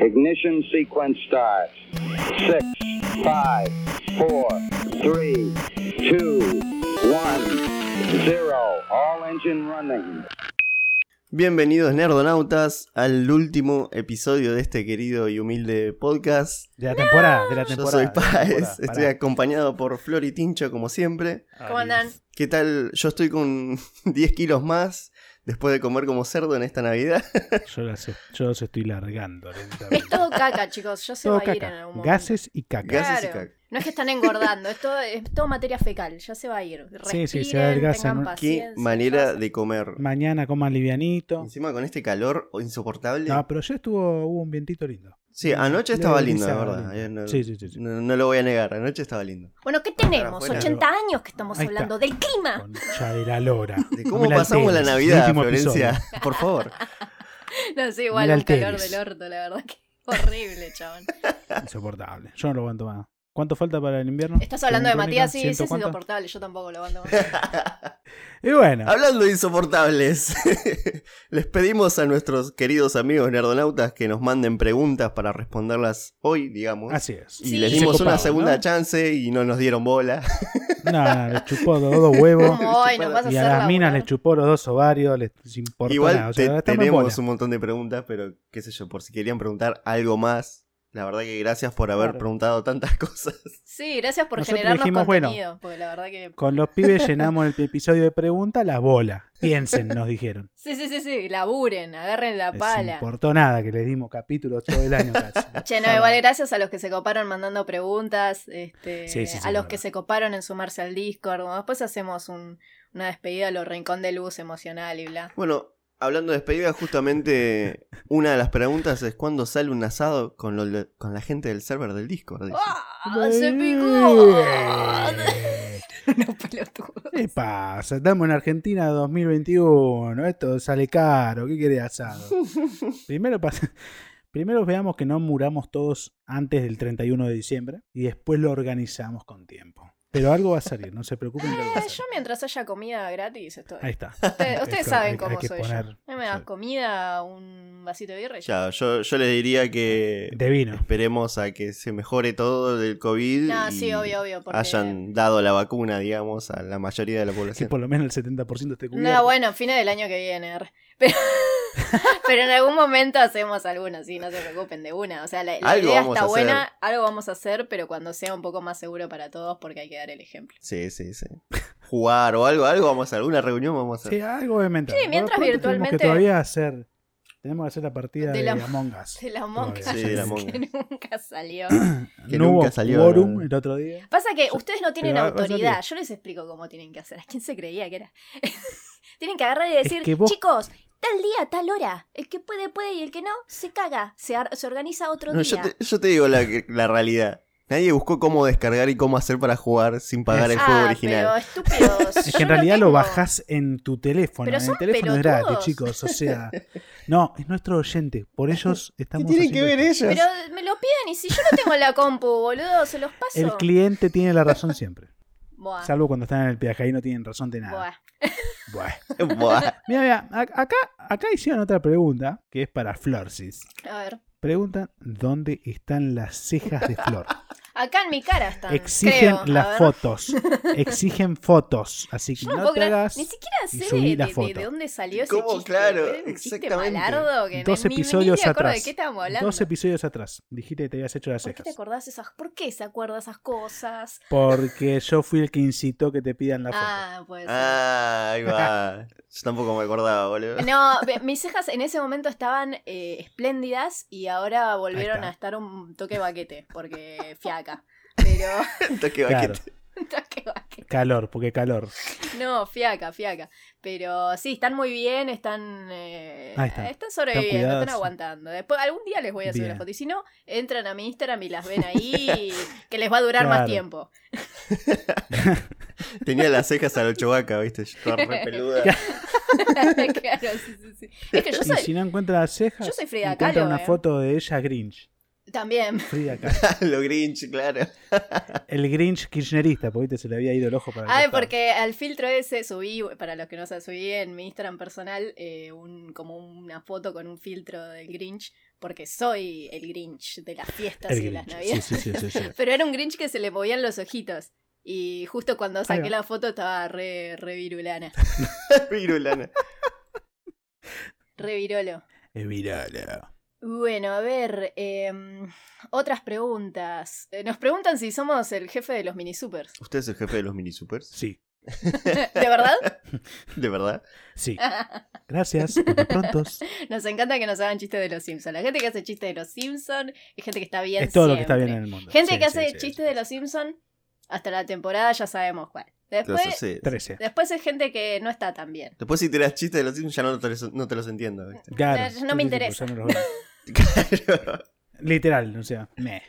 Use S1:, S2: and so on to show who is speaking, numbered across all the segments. S1: Ignition sequence start. Six, five, four, three, two, one, zero. All engine running.
S2: Bienvenidos nerdonautas al último episodio de este querido y humilde podcast.
S3: De la temporada, de la
S2: Yo
S3: temporada.
S2: soy
S3: de la
S2: Paez,
S3: temporada.
S2: estoy
S3: Pará.
S2: acompañado por Flor y Tincho como siempre.
S4: ¿Cómo andan?
S2: ¿Qué tal? Yo estoy con 10 kilos más después de comer como cerdo en esta Navidad.
S3: Yo, las, es- yo los estoy largando lentamente.
S4: Es todo caca, chicos. Yo se
S3: Todo
S4: va a ir en
S3: caca.
S4: algún momento.
S3: Gases y caca.
S2: Gases y
S4: Claro.
S2: caca.
S4: No es que están engordando, es todo, es todo materia fecal. Ya se va a ir.
S3: Sí, sí, se
S4: Respiren,
S3: adelgazan,
S4: tengan
S3: ¿no?
S2: Qué
S4: paciencia, ya
S2: manera
S4: se-
S2: de comer.
S3: Mañana coman livianito.
S2: Encima con este calor insoportable.
S3: No, pero ya estuvo, hubo un vientito lindo.
S2: Sí, anoche
S3: Le-
S2: estaba
S3: le-
S2: lindo, la
S3: estaba
S2: verdad.
S3: lindo.
S2: Eh, no-
S3: Sí, sí, sí. sí.
S2: No, no lo voy a negar, anoche estaba lindo.
S4: Bueno, ¿qué tenemos?
S2: afuera,
S4: 80 años que estamos
S3: Ahí
S4: hablando
S3: está.
S4: del clima.
S3: Concha de la lora.
S2: ¿De
S3: No
S2: cómo
S3: me
S2: pasamos la
S3: alteres, el
S2: Navidad,
S3: último
S2: Florencia? Por favor.
S4: No sé, igual
S3: Mira
S4: un
S3: el
S4: calor
S3: tenis.
S4: del orto, la verdad que horrible, chabón.
S3: episodio. Insoportable. Yo no lo aguanto más. ¿Cuánto falta para el invierno?
S4: Estás hablando de
S3: Según
S4: Matías, sí,
S3: Crónica,
S4: ese es
S3: ¿ciento cuánto?
S4: insoportable, yo tampoco lo mando.
S3: Y bueno,
S2: Hablando de insoportables, les pedimos a nuestros queridos amigos nerdonautas que nos manden preguntas para responderlas hoy, digamos.
S3: así es.
S2: y
S4: Sí.
S2: les
S4: Se
S2: dimos
S3: coparon,
S2: una segunda
S3: ¿no?
S2: chance y no nos dieron bola.
S3: No, no, le chupó los dos huevos.
S4: Como hoy nos vas a hacer
S3: Y a las minas
S4: laburar.
S3: les chupó los dos ovarios, les importó nada.
S2: Igual
S3: O sea,
S2: te-
S3: estamos en bola.
S2: tenemos un montón de preguntas, pero qué sé yo, por si querían preguntar algo más. La verdad que gracias por haber
S3: Claro.
S2: preguntado tantas cosas.
S4: Sí, gracias por
S3: Nosotros
S4: generarnos
S3: dijimos, bueno,
S4: contenido. porque la verdad que.
S3: Con los pibes llenamos el episodio de preguntas, las bolas. Piensen, nos dijeron.
S4: Sí, sí, sí, sí, laburen, agarren la
S3: Les
S4: pala.
S3: importó nada que les dimos capítulos todo el año casi.
S4: Che, no,
S3: Ya
S4: igual
S3: va.
S4: gracias a los que se coparon mandando preguntas, este,
S3: Sí, sí, sí,
S4: a los
S3: la
S4: que
S3: verdad.
S4: se coparon en sumarse al Discord. ¿no? Después hacemos un- una despedida a los rincón de luz emocional y bla.
S2: Bueno, hablando de despedida, justamente una de las preguntas es ¿cuándo sale un asado con, lo- con la gente del server del Discord? Dice.
S4: ¡Ah, ¡Se picó!
S3: Eh,
S4: No, pelotudo.
S3: ¿Qué pasa? Estamos en Argentina 2021. Esto sale caro. ¿Qué querés asado? primero, pas- primero veamos que no muramos todos antes del 31 de diciembre y después lo organizamos con tiempo. Pero algo va a salir, no se preocupen. que algo va a
S4: Eh,
S3: salir.
S4: Yo mientras haya comida gratis estoy.
S3: Ahí está.
S4: Ustedes, ustedes
S3: Esto
S4: saben
S3: hay-
S4: cómo
S3: hay que
S4: soy
S3: poner-
S4: yo. A mí me das
S3: sí.
S4: comida, un vasito de birra y ya.
S2: Ya, yo, yo les diría que
S3: De vino.
S2: esperemos a que se mejore todo del COVID.
S4: No,
S2: y
S4: sí, obvio, obvio, porque-
S2: Hayan dado la vacuna, digamos, a la mayoría de la
S3: Que
S2: población.
S3: por lo menos el 70% esté cubierto.
S4: No, bueno, fines del año que viene. re. Pero, pero en algún momento hacemos alguno, sí, no se preocupen de una. O sea, la, la
S2: Algo
S4: idea
S2: vamos
S4: está
S2: a hacer.
S4: buena, algo vamos a hacer, pero cuando sea un poco más seguro para todos, porque hay que dar el ejemplo.
S2: Sí, sí, sí. Jugar o algo, algo vamos a hacer, alguna reunión vamos a hacer.
S3: Sí, algo de mental.
S4: Sí, mientras virtualmente-
S3: Tenemos que todavía hacer. Tenemos que hacer la partida
S4: De
S3: de,
S4: la-
S3: Among Us.
S4: De la monca,
S2: Sí, de la
S4: que
S2: monga.
S4: nunca salió.
S2: Que
S3: no
S2: nunca
S3: hubo
S2: salió,
S3: quórum
S2: ¿no?
S3: el otro día.
S4: Pasa que ustedes no tienen
S3: Pero va- va a
S4: autoridad. Yo les explico cómo tienen que hacer. ¿A quién se creía que era? tienen que agarrar y decir,
S3: que vos-
S4: chicos, tal día, tal hora. El que puede, puede y el que no, se caga. Se, ar- se organiza otro
S2: No,
S4: día.
S2: yo, te, yo te digo la, la realidad. Nadie buscó cómo descargar y cómo hacer para jugar sin pagar el
S4: ah,
S2: juego original.
S4: pero estúpidos.
S3: Es
S4: yo
S3: que en realidad lo
S4: tengo.
S3: bajás en tu teléfono.
S4: Pero
S3: en
S4: son
S3: el teléfono es gratis,
S4: pelotudos.
S3: chicos. O sea, no, es nuestro oyente. Por ellos
S2: ¿Qué
S3: estamos.
S2: tienen que
S3: haciendo
S2: ver
S3: esto.
S2: ellos?
S4: Pero me lo piden y si yo no tengo la compu, boludo, se los paso.
S3: El cliente tiene la razón siempre.
S4: Buah,
S3: Salvo cuando están en el peaje. Ahí no tienen razón de nada.
S4: buah.
S3: Bueno.
S2: Buah.
S3: Mira, mira. a- Acá, acá hicieron otra pregunta que es para Florsis.
S4: A ver.
S3: Preguntan dónde están las cejas de Flor.
S4: Acá en mi cara están.
S3: Exigen
S4: creo. A
S3: las
S4: ver.
S3: fotos. Exigen fotos. Así que
S4: Yo no,
S3: no
S4: puedo
S3: te
S4: creer,
S3: hagas.
S4: Ni siquiera
S3: y
S4: sé
S3: subí
S4: de,
S3: la
S4: de- de
S3: foto.
S4: dónde salió ese
S2: ¿Cómo?
S4: chiste.
S2: Claro,
S4: ¿eh? Un chiste
S2: exactamente.
S4: malardo que
S3: Dos
S4: no- ni-
S3: episodios
S4: ni me acuerdo
S3: atrás.
S4: de qué estábamos hablando.
S3: Dos episodios atrás dijiste que te habías hecho las
S4: ¿Por qué
S3: cejas.
S4: te acordás esas? ¿Por qué se acuerda esas cosas?
S3: Porque yo fui el que incitó que te pidan la foto.
S4: Ah, pues.
S2: Ah, ahí va. Yo tampoco me acordaba, boludo.
S4: No, ve- mis cejas en ese momento estaban eh, espléndidas y ahora volvieron
S3: está.
S4: a estar un toque baquete, porque fiaca. Pero.
S2: Toque
S3: Claro.
S2: baquete.
S4: un toque baquete.
S3: Calor, porque calor.
S4: No, fiaca, fiaca. Pero sí, están muy bien, están, eh,
S3: Ahí está.
S4: están sobreviviendo, están,
S3: cuidadas.
S4: aguantando. Después, algún día les voy a subir la
S3: Bien.
S4: foto. Y si no, entran a mi Instagram y las ven ahí, que les va a durar más
S3: Claro.
S4: tiempo.
S2: Tenía las cejas a la chubaca, viste. Yo estaba re peluda.
S4: claro, sí, sí, sí. Es que yo
S3: y
S4: soy,
S3: si no encuentras las cejas,
S4: yo soy Frida
S3: encuentra
S4: Kahlo.
S3: una
S4: eh.
S3: foto de ella Grinch.
S4: También.
S3: Frida Kahlo.
S2: Lo Grinch, claro.
S3: El Grinch kirchnerista, porque viste, se le había ido el ojo para el
S4: Ay,
S3: costado.
S4: Ah, porque al filtro ese subí, para los que no saben, subí en mi Instagram personal eh, un, como una foto con un filtro del Grinch, porque soy el Grinch de las fiestas
S3: El
S4: y de las
S3: Grinch.
S4: navidades.
S3: Sí, sí, sí, sí, sí.
S4: Pero era un Grinch que se le movían los ojitos. Y justo cuando
S3: va.
S4: saqué la foto estaba re, re virulana.
S2: Virulana.
S4: Re virolo.
S3: Es viral. eh.
S4: Bueno, a ver, em, otras preguntas. Eh, Nos preguntan si somos el jefe de los mini supers.
S2: ¿Usted es el jefe de los mini supers?
S3: Sí,
S4: ¿De verdad?
S2: ¿De verdad?
S3: sí. Gracias. Hasta prontos.
S4: Nos encanta que nos hagan chistes de los Simpsons. La gente que hace chistes de los Simpsons es gente que está bien.
S3: Es todo lo que
S4: siempre.
S3: está bien en el mundo.
S4: Gente
S3: Sí,
S4: que
S3: sí,
S4: hace
S3: sí,
S4: chistes
S3: sí.
S4: de los Simpsons hasta la temporada ya sabemos cuál. Después,
S2: Los hace-
S3: 13.
S4: después es gente que no está tan bien.
S2: Después si tiras chistes de los Simpsons ya no te los, no te los entiendo. ¿viste?
S3: Claro.
S4: No, no
S3: Sí, sí, sí, pues
S4: me interesa.
S3: ya no los veo.
S2: Claro.
S3: Literal, o sea, meh.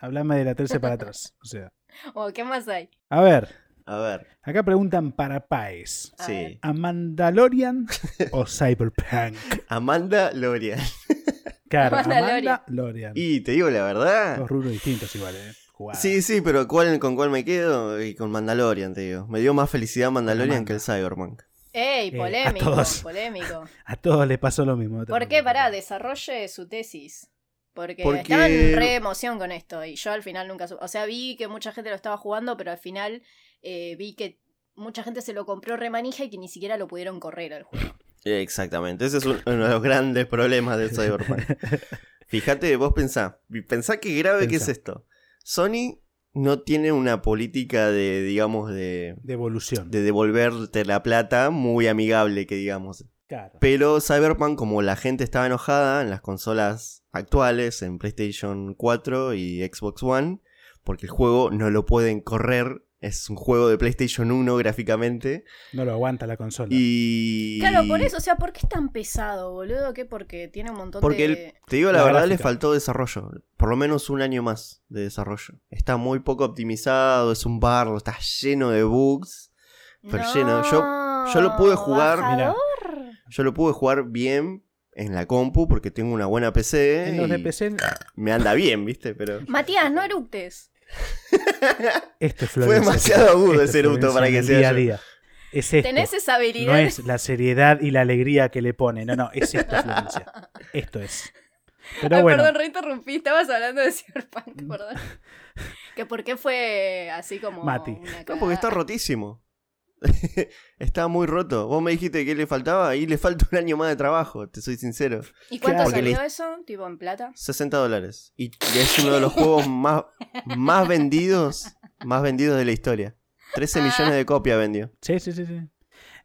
S3: Hablame de la 13 para atrás. O sea.
S4: Oh, ¿Qué más hay?
S3: A ver,
S2: A ver,
S3: acá preguntan para Paes.
S4: A
S2: sí.
S3: ¿A Mandalorian o Cyberpunk?
S2: Amanda Loria.
S3: Claro,
S4: Mandalorian.
S3: Amanda Lorian.
S2: Y te digo la verdad.
S3: Dos rubros distintos igual, ¿eh? Jugada.
S2: Sí, sí, pero ¿cuál, ¿con cuál me quedo? Y con Mandalorian, te digo. Me dio más felicidad Mandalorian
S3: Amanda.
S2: que el Cyberpunk.
S4: ¡Ey!
S3: Eh, a
S4: Polémico,
S3: todos.
S4: polémico.
S3: A todos les pasó lo mismo.
S4: ¿Por qué? Pará, desarrolle su tesis. Porque,
S2: Porque-
S4: estaba en re emoción con esto y yo al final nunca... su- O sea, vi que mucha gente lo estaba jugando, pero al final eh, vi que mucha gente se lo compró re manija y que ni siquiera lo pudieron correr al juego.
S2: Exactamente, ese es un- uno de los grandes problemas del Cyberpunk. Fíjate, vos pensá, pensá qué grave que es
S3: Pensá.
S2: esto. Sony no tiene una política de, digamos, de,
S3: De evolución.
S2: de devolverte la plata muy amigable, que digamos.
S3: Claro.
S2: Pero Cyberpunk, como la gente estaba enojada en las consolas actuales, en PlayStation 4 y Xbox One, porque el juego no lo pueden correr, es un juego de PlayStation 1 gráficamente.
S3: No lo aguanta la consola.
S2: Y...
S4: Claro, por eso, o sea, ¿por qué es tan pesado, boludo? ¿Qué? Porque tiene un montón
S2: Porque
S4: de...
S2: el- te digo la,
S3: La
S2: verdad,
S3: gráfica.
S2: le faltó desarrollo. Por lo menos un año más de desarrollo. Está muy poco optimizado, es un barro, está lleno de bugs. pero lleno, yo- yo lo pude jugar,
S3: mirá.
S4: bajador.
S2: Yo lo pude jugar bien en la compu porque tengo una buena PC.
S3: En los
S2: y
S3: de PC,
S2: Me anda bien, ¿viste? Pero
S4: Matías, no eructes.
S3: esto es
S2: fue
S3: Florencia.
S2: demasiado agudo
S3: Esto
S2: ese
S3: es
S2: eructo
S3: Florencia
S2: para
S3: en
S2: que
S3: el
S2: sea
S3: día a
S2: yo.
S3: día. Es
S2: Este,
S3: esto.
S4: Tenés esa habilidad.
S3: No es la seriedad y la alegría que le pone. No, no, es esto, Florencia. Esto es. Pero
S4: Ay,
S3: bueno,
S4: perdón, reinterrumpí, estabas hablando de Cyberpunk, perdón. que por qué fue así como
S3: Mati.
S4: una
S2: No, porque está
S4: cagada.
S2: rotísimo. está muy roto. Vos me dijiste que le faltaba y le falta un año más de trabajo, te soy sincero.
S4: ¿Y cuánto
S3: Claro.
S4: salió eso? Tipo en plata.
S2: 60 dólares. Y es uno de los juegos más, más vendidos. Más vendidos de la historia. 13
S3: Ah.
S2: millones de copias vendió.
S3: sí, sí, sí, sí.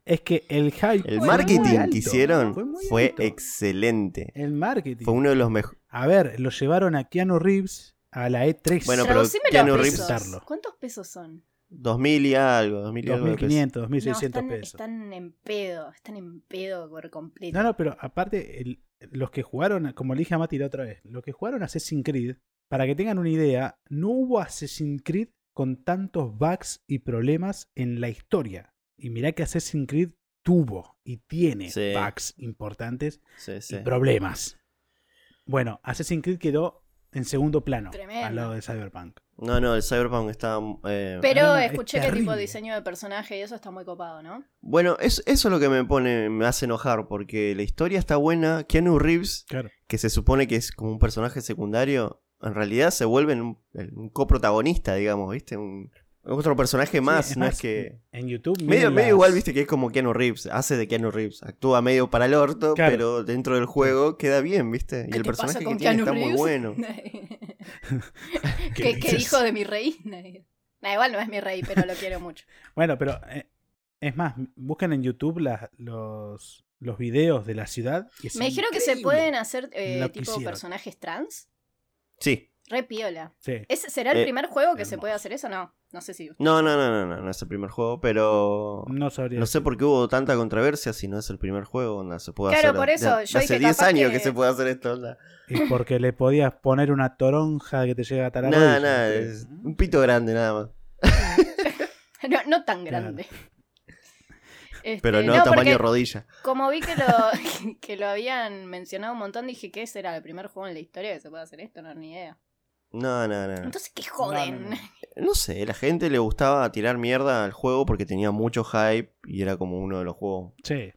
S3: Es que el hype.
S2: El
S3: fue muy
S2: marketing
S3: alto.
S2: que hicieron
S3: Fue muy
S2: fue
S3: alto.
S2: excelente.
S3: El marketing.
S2: Fue uno de los mejores.
S3: A ver, lo llevaron a Keanu Reeves a la E E3.
S2: Bueno, pero
S4: Traducime
S2: Keanu
S4: los
S2: Reeves-
S4: pesos.
S3: Darlo.
S4: ¿Cuántos pesos son?
S2: 2000 y algo, 2000 y algo. de pesos.
S3: 2.500, 2.600
S4: no, están,
S3: pesos.
S4: están en pedo, están en pedo por completo.
S3: No, no, pero aparte, el- los que jugaron, como le dije a Mati la otra vez, los que jugaron Assassin's Creed, para que tengan una idea, no hubo Assassin's Creed con tantos bugs y problemas en la historia. Y mirá que Assassin's Creed tuvo y tiene
S2: Sí.
S3: bugs importantes
S2: Sí,
S3: y
S2: sí.
S3: problemas. Bueno, Assassin's Creed quedó en segundo plano
S4: Tremendo.
S3: al lado de Cyberpunk.
S2: No, no, el Cyberpunk está. eh,
S4: Pero
S3: no, no, es
S4: escuché que tipo
S3: terrible.
S4: de diseño de personaje y eso está muy copado, ¿no?
S2: Bueno, es- eso es lo que me pone, me hace enojar, porque la historia está buena. Keanu Reeves,
S3: Claro.
S2: que se supone que es como un personaje secundario, en realidad se vuelve en un, en un coprotagonista, digamos, ¿viste? Un, otro personaje más,
S3: Sí,
S2: no es
S3: más,
S2: que.
S3: En YouTube.
S2: Medio,
S3: miren
S2: medio
S3: las-
S2: igual, viste que es como Keanu Reeves, hace de Keanu Reeves, actúa medio para el orto,
S3: Claro.
S2: pero dentro del juego queda bien, viste. Y
S4: ¿Qué
S2: el
S4: te pasa
S2: personaje que
S4: con
S2: tiene
S4: Keanu
S2: está muy
S4: Reeves?
S2: bueno.
S4: ¿Qué, qué
S3: dices?
S4: hijo de mi rey? Nah, igual no es mi rey, pero lo quiero mucho.
S3: Bueno, pero eh, es más, buscan en YouTube las, los, los videos de la ciudad. y es
S4: Me dijeron que se
S3: increíble.
S4: pueden hacer eh,
S3: Lo que
S4: tipo
S3: hicieron.
S4: personajes trans.
S2: Sí.
S4: Re piola.
S3: Sí.
S4: ¿Ese será el
S2: Eh,
S4: primer juego que se
S3: hermoso.
S4: puede hacer eso? No, no sé si.
S2: No, no, no, no, no, no es el primer juego, pero.
S3: No sabría.
S2: No sé por qué hubo tanta controversia si no es el primer juego, onda, se puede
S4: Claro,
S2: hacer.
S4: por eso,
S2: de-
S4: yo
S2: hace
S4: dije,
S2: 10
S4: capaz
S2: años que...
S4: que-
S2: se puede hacer esto, onda.
S3: Y porque le podías poner una toronja que te llega a tarar.
S2: Nada, nada, es un pito grande nada más.
S4: No, no tan
S3: Claro.
S4: grande. Este,
S2: Pero no, tamaño
S4: porque
S2: rodilla.
S4: Como vi que lo, que lo habían mencionado un montón, dije que ese era el primer juego en la historia que se puede hacer esto, no, ni idea.
S2: No, no, no. no.
S4: Entonces, ¿qué joden?
S3: Eh. No, no, no.
S2: No sé, la gente le gustaba tirar mierda al juego porque tenía mucho hype y era como uno de los juegos
S3: Sí.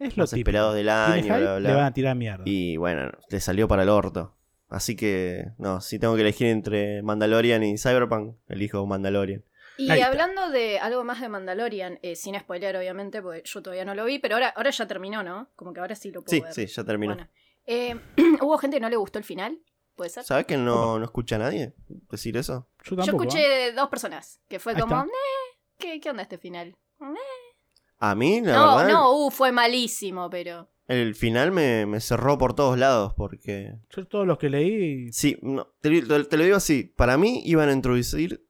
S3: Es lo
S2: los
S3: típico.
S2: esperados del
S3: Tiene
S2: año, bla,
S3: hype,
S2: bla,
S3: Le
S2: bla.
S3: van a tirar mierda.
S2: Y bueno, te salió para el orto. Así que, no, si tengo que elegir entre Mandalorian y Cyberpunk, elijo Mandalorian.
S4: Y
S3: Ahí está.
S4: hablando de algo más de Mandalorian, eh, sin spoiler obviamente, porque yo todavía no lo vi, pero ahora, ahora ya terminó, ¿no? Como que ahora sí lo puedo
S2: Sí,
S4: ver.
S2: sí, ya terminó.
S4: Bueno. Eh, ¿Hubo gente que no le gustó el final? ¿Puede ser?
S2: ¿Sabes que no, no escucha a nadie decir eso?
S3: Yo
S4: Yo
S3: tampoco.
S4: escuché
S3: ¿eh?
S4: de dos personas que fue
S3: Ahí
S4: como,
S3: está.
S4: "Neh, ¿qué, ¿qué onda este final? Neh".
S2: A mí, la
S4: No,
S2: verdad,
S4: no, uh, fue malísimo, pero.
S2: el final me, me cerró por todos lados porque...
S3: Yo todos los que leí.
S2: Sí, no, te, te- te lo digo así, para mí iban a introducir,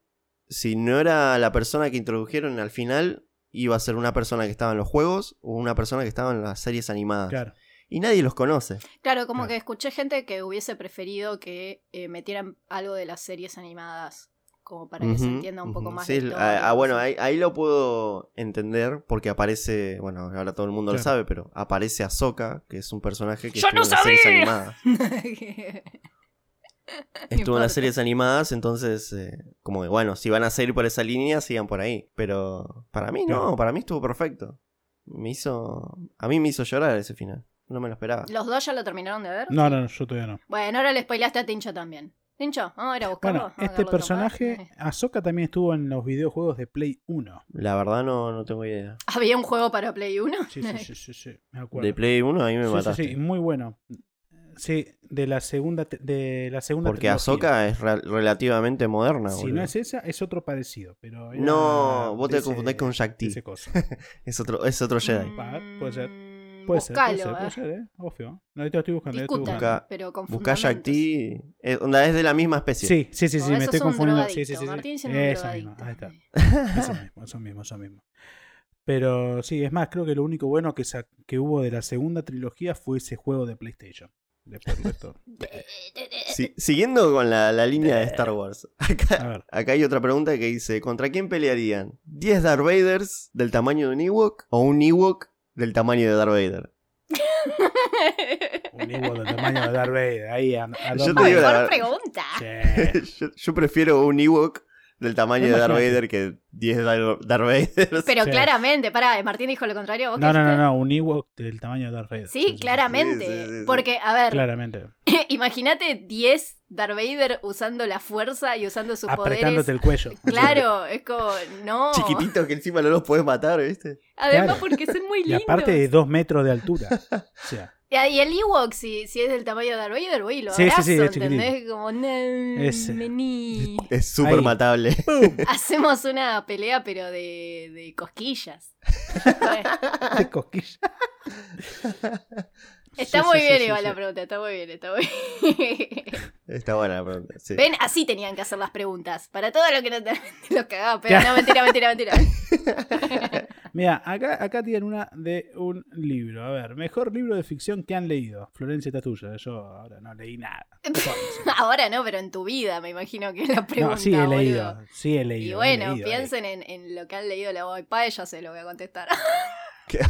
S2: si no era la persona que introdujeron al final, iba a ser una persona que estaba en los juegos o una persona que estaba en las series animadas.
S3: Claro.
S2: Y nadie los conoce.
S4: Claro, como
S3: Claro.
S4: que escuché gente que hubiese preferido que eh, metieran algo de las series animadas, como para que se
S2: Ujú,
S4: entienda un poco
S2: ujú.
S4: más.
S2: Sí,
S4: la historia,
S2: ah, ah, bueno,
S4: sí.
S2: ahí, ahí lo puedo entender porque aparece, bueno, ahora todo el mundo lo
S3: Claro.
S2: sabe, pero aparece Ahsoka, que es un personaje que
S4: ¡Yo
S2: estuvo
S4: no
S2: en las series
S4: sabía!
S2: animadas. Estuvo en
S4: importa.
S2: las series animadas, entonces, eh, como que bueno, si van a seguir por esa línea, sigan por ahí. Pero para mí no,
S3: Claro.
S2: para mí estuvo perfecto. Me hizo, a mí me hizo llorar ese final. No me lo esperaba.
S4: ¿Los dos ya lo terminaron de ver?
S3: No, no, no, yo todavía no.
S4: Bueno, ahora le spoilaste a Tincho también. Tincho, vamos a ir a buscarlo.
S3: Bueno,
S4: vamos a
S3: este
S4: darlo a
S3: personaje,
S4: trompar.
S3: Ahsoka también estuvo en los videojuegos de Play 1.
S2: La verdad no, no tengo idea.
S4: ¿Había un juego para Play 1?
S3: Sí, sí, sí, sí, sí, me acuerdo.
S2: De Play 1 ahí me
S3: Sí, sí,
S2: mataste.
S3: sí, muy bueno. Sí, de la segunda te- de la segunda
S2: Porque
S3: trilogía.
S2: Ahsoka es re- relativamente moderna,
S3: si
S2: boludo.
S3: no es esa, es otro parecido, pero era
S2: No, vos
S3: de
S2: te
S3: ese-
S2: confundés con Jack
S3: de
S2: T.
S3: ese coso.
S2: Es otro, es otro Jedi.
S3: Pa- puede ser.
S4: Mm,
S3: Puede ser, puede
S4: buscalo,
S3: ser, puede
S4: eh.
S3: ser, eh. Obvio. No, yo te lo estoy buscando, yo te lo estoy
S4: Discutan,
S3: buscando.
S2: Busca-
S4: pero con
S2: Buscá Jack
S4: fundamentos.
S2: T. eh, onda, es de la misma especie.
S3: Sí, sí, sí, sí,
S4: No,
S3: me
S4: eso
S3: estoy
S4: es un
S3: confundiendo. Sí, sí,
S4: drogadicto.
S3: sí, sí.
S4: Martín es un
S3: Esa misma,
S4: drogadicto.
S3: ahí está. Eso mismo, eso mismo, eso mismo. Pero sí, es más, creo que lo único bueno que, sa- que hubo de la segunda trilogía fue ese juego de PlayStation. Después el resto.
S2: Si- siguiendo con la, la línea de Star Wars. Acá,
S3: A ver,
S2: acá hay otra pregunta que dice: ¿Contra quién pelearían? ¿10 Darth Vaders del tamaño de un Ewok o un Ewok del tamaño de Darth Vader?
S3: un Evo del tamaño de Darth Vader. Ahí a, a
S2: Yo
S3: dos
S2: te digo
S3: manos.
S2: la
S4: Mejor
S2: verdad.
S4: pregunta.
S3: Sí.
S2: yo, yo prefiero un Ewok del tamaño de Darth
S3: Imagínate.
S2: Vader que 10 Dar- Darth Vaders.
S4: Pero
S3: Sí.
S4: claramente, pará, eh, Martín dijo lo contrario. ¿vos
S3: No,
S4: qué
S3: no, no,
S4: dijiste?
S3: no, un Ewok del tamaño de Darth Vader.
S4: Sí, claramente.
S2: Sí, sí, sí, sí.
S4: Porque, a ver,
S3: Claramente.
S4: imagínate 10 Darth Vader usando la fuerza y usando sus poderes.
S3: Apretándote el cuello.
S4: Claro, es como, no.
S2: Chiquititos que encima no los puedes matar, ¿viste?
S4: Además,
S3: Claro.
S4: porque son muy
S3: Y
S4: lindos.
S3: aparte de dos metros de altura. O sea,
S4: Y ah, y el Ewok, si, si es del tamaño de Darth Vader, güey, lo
S3: Sí, sí,
S4: abrazo,
S3: sí, es chiquitito.
S4: ¿entendés? Como, no,
S3: Ese.
S4: vení.
S2: Es súper
S3: Ahí.
S2: matable.
S4: Hacemos una pelea, pero de, de cosquillas.
S3: de cosquilla.
S4: Está
S3: Sí,
S4: muy
S3: sí,
S4: bien
S3: sí,
S4: igual
S3: sí,
S4: la
S3: sí.
S4: pregunta, está muy bien, está muy bien.
S2: Está buena la pregunta. sí.
S4: Ven, así tenían que hacer las preguntas. Para todo lo que no te los cagaba, pero no, mentira, mentira, mentira.
S3: Mira, acá, acá tienen una de un libro. A ver, mejor libro de ficción que han leído. Florencia está tuya. Yo ahora no leí nada.
S4: Ahora no, pero en tu vida me imagino que es la pregunta.
S3: No, sí he
S4: boludo.
S3: leído. Sí he leído.
S4: Y
S3: he
S4: bueno,
S3: leído,
S4: piensen en, en lo que han leído la papá, ya se lo voy a contestar.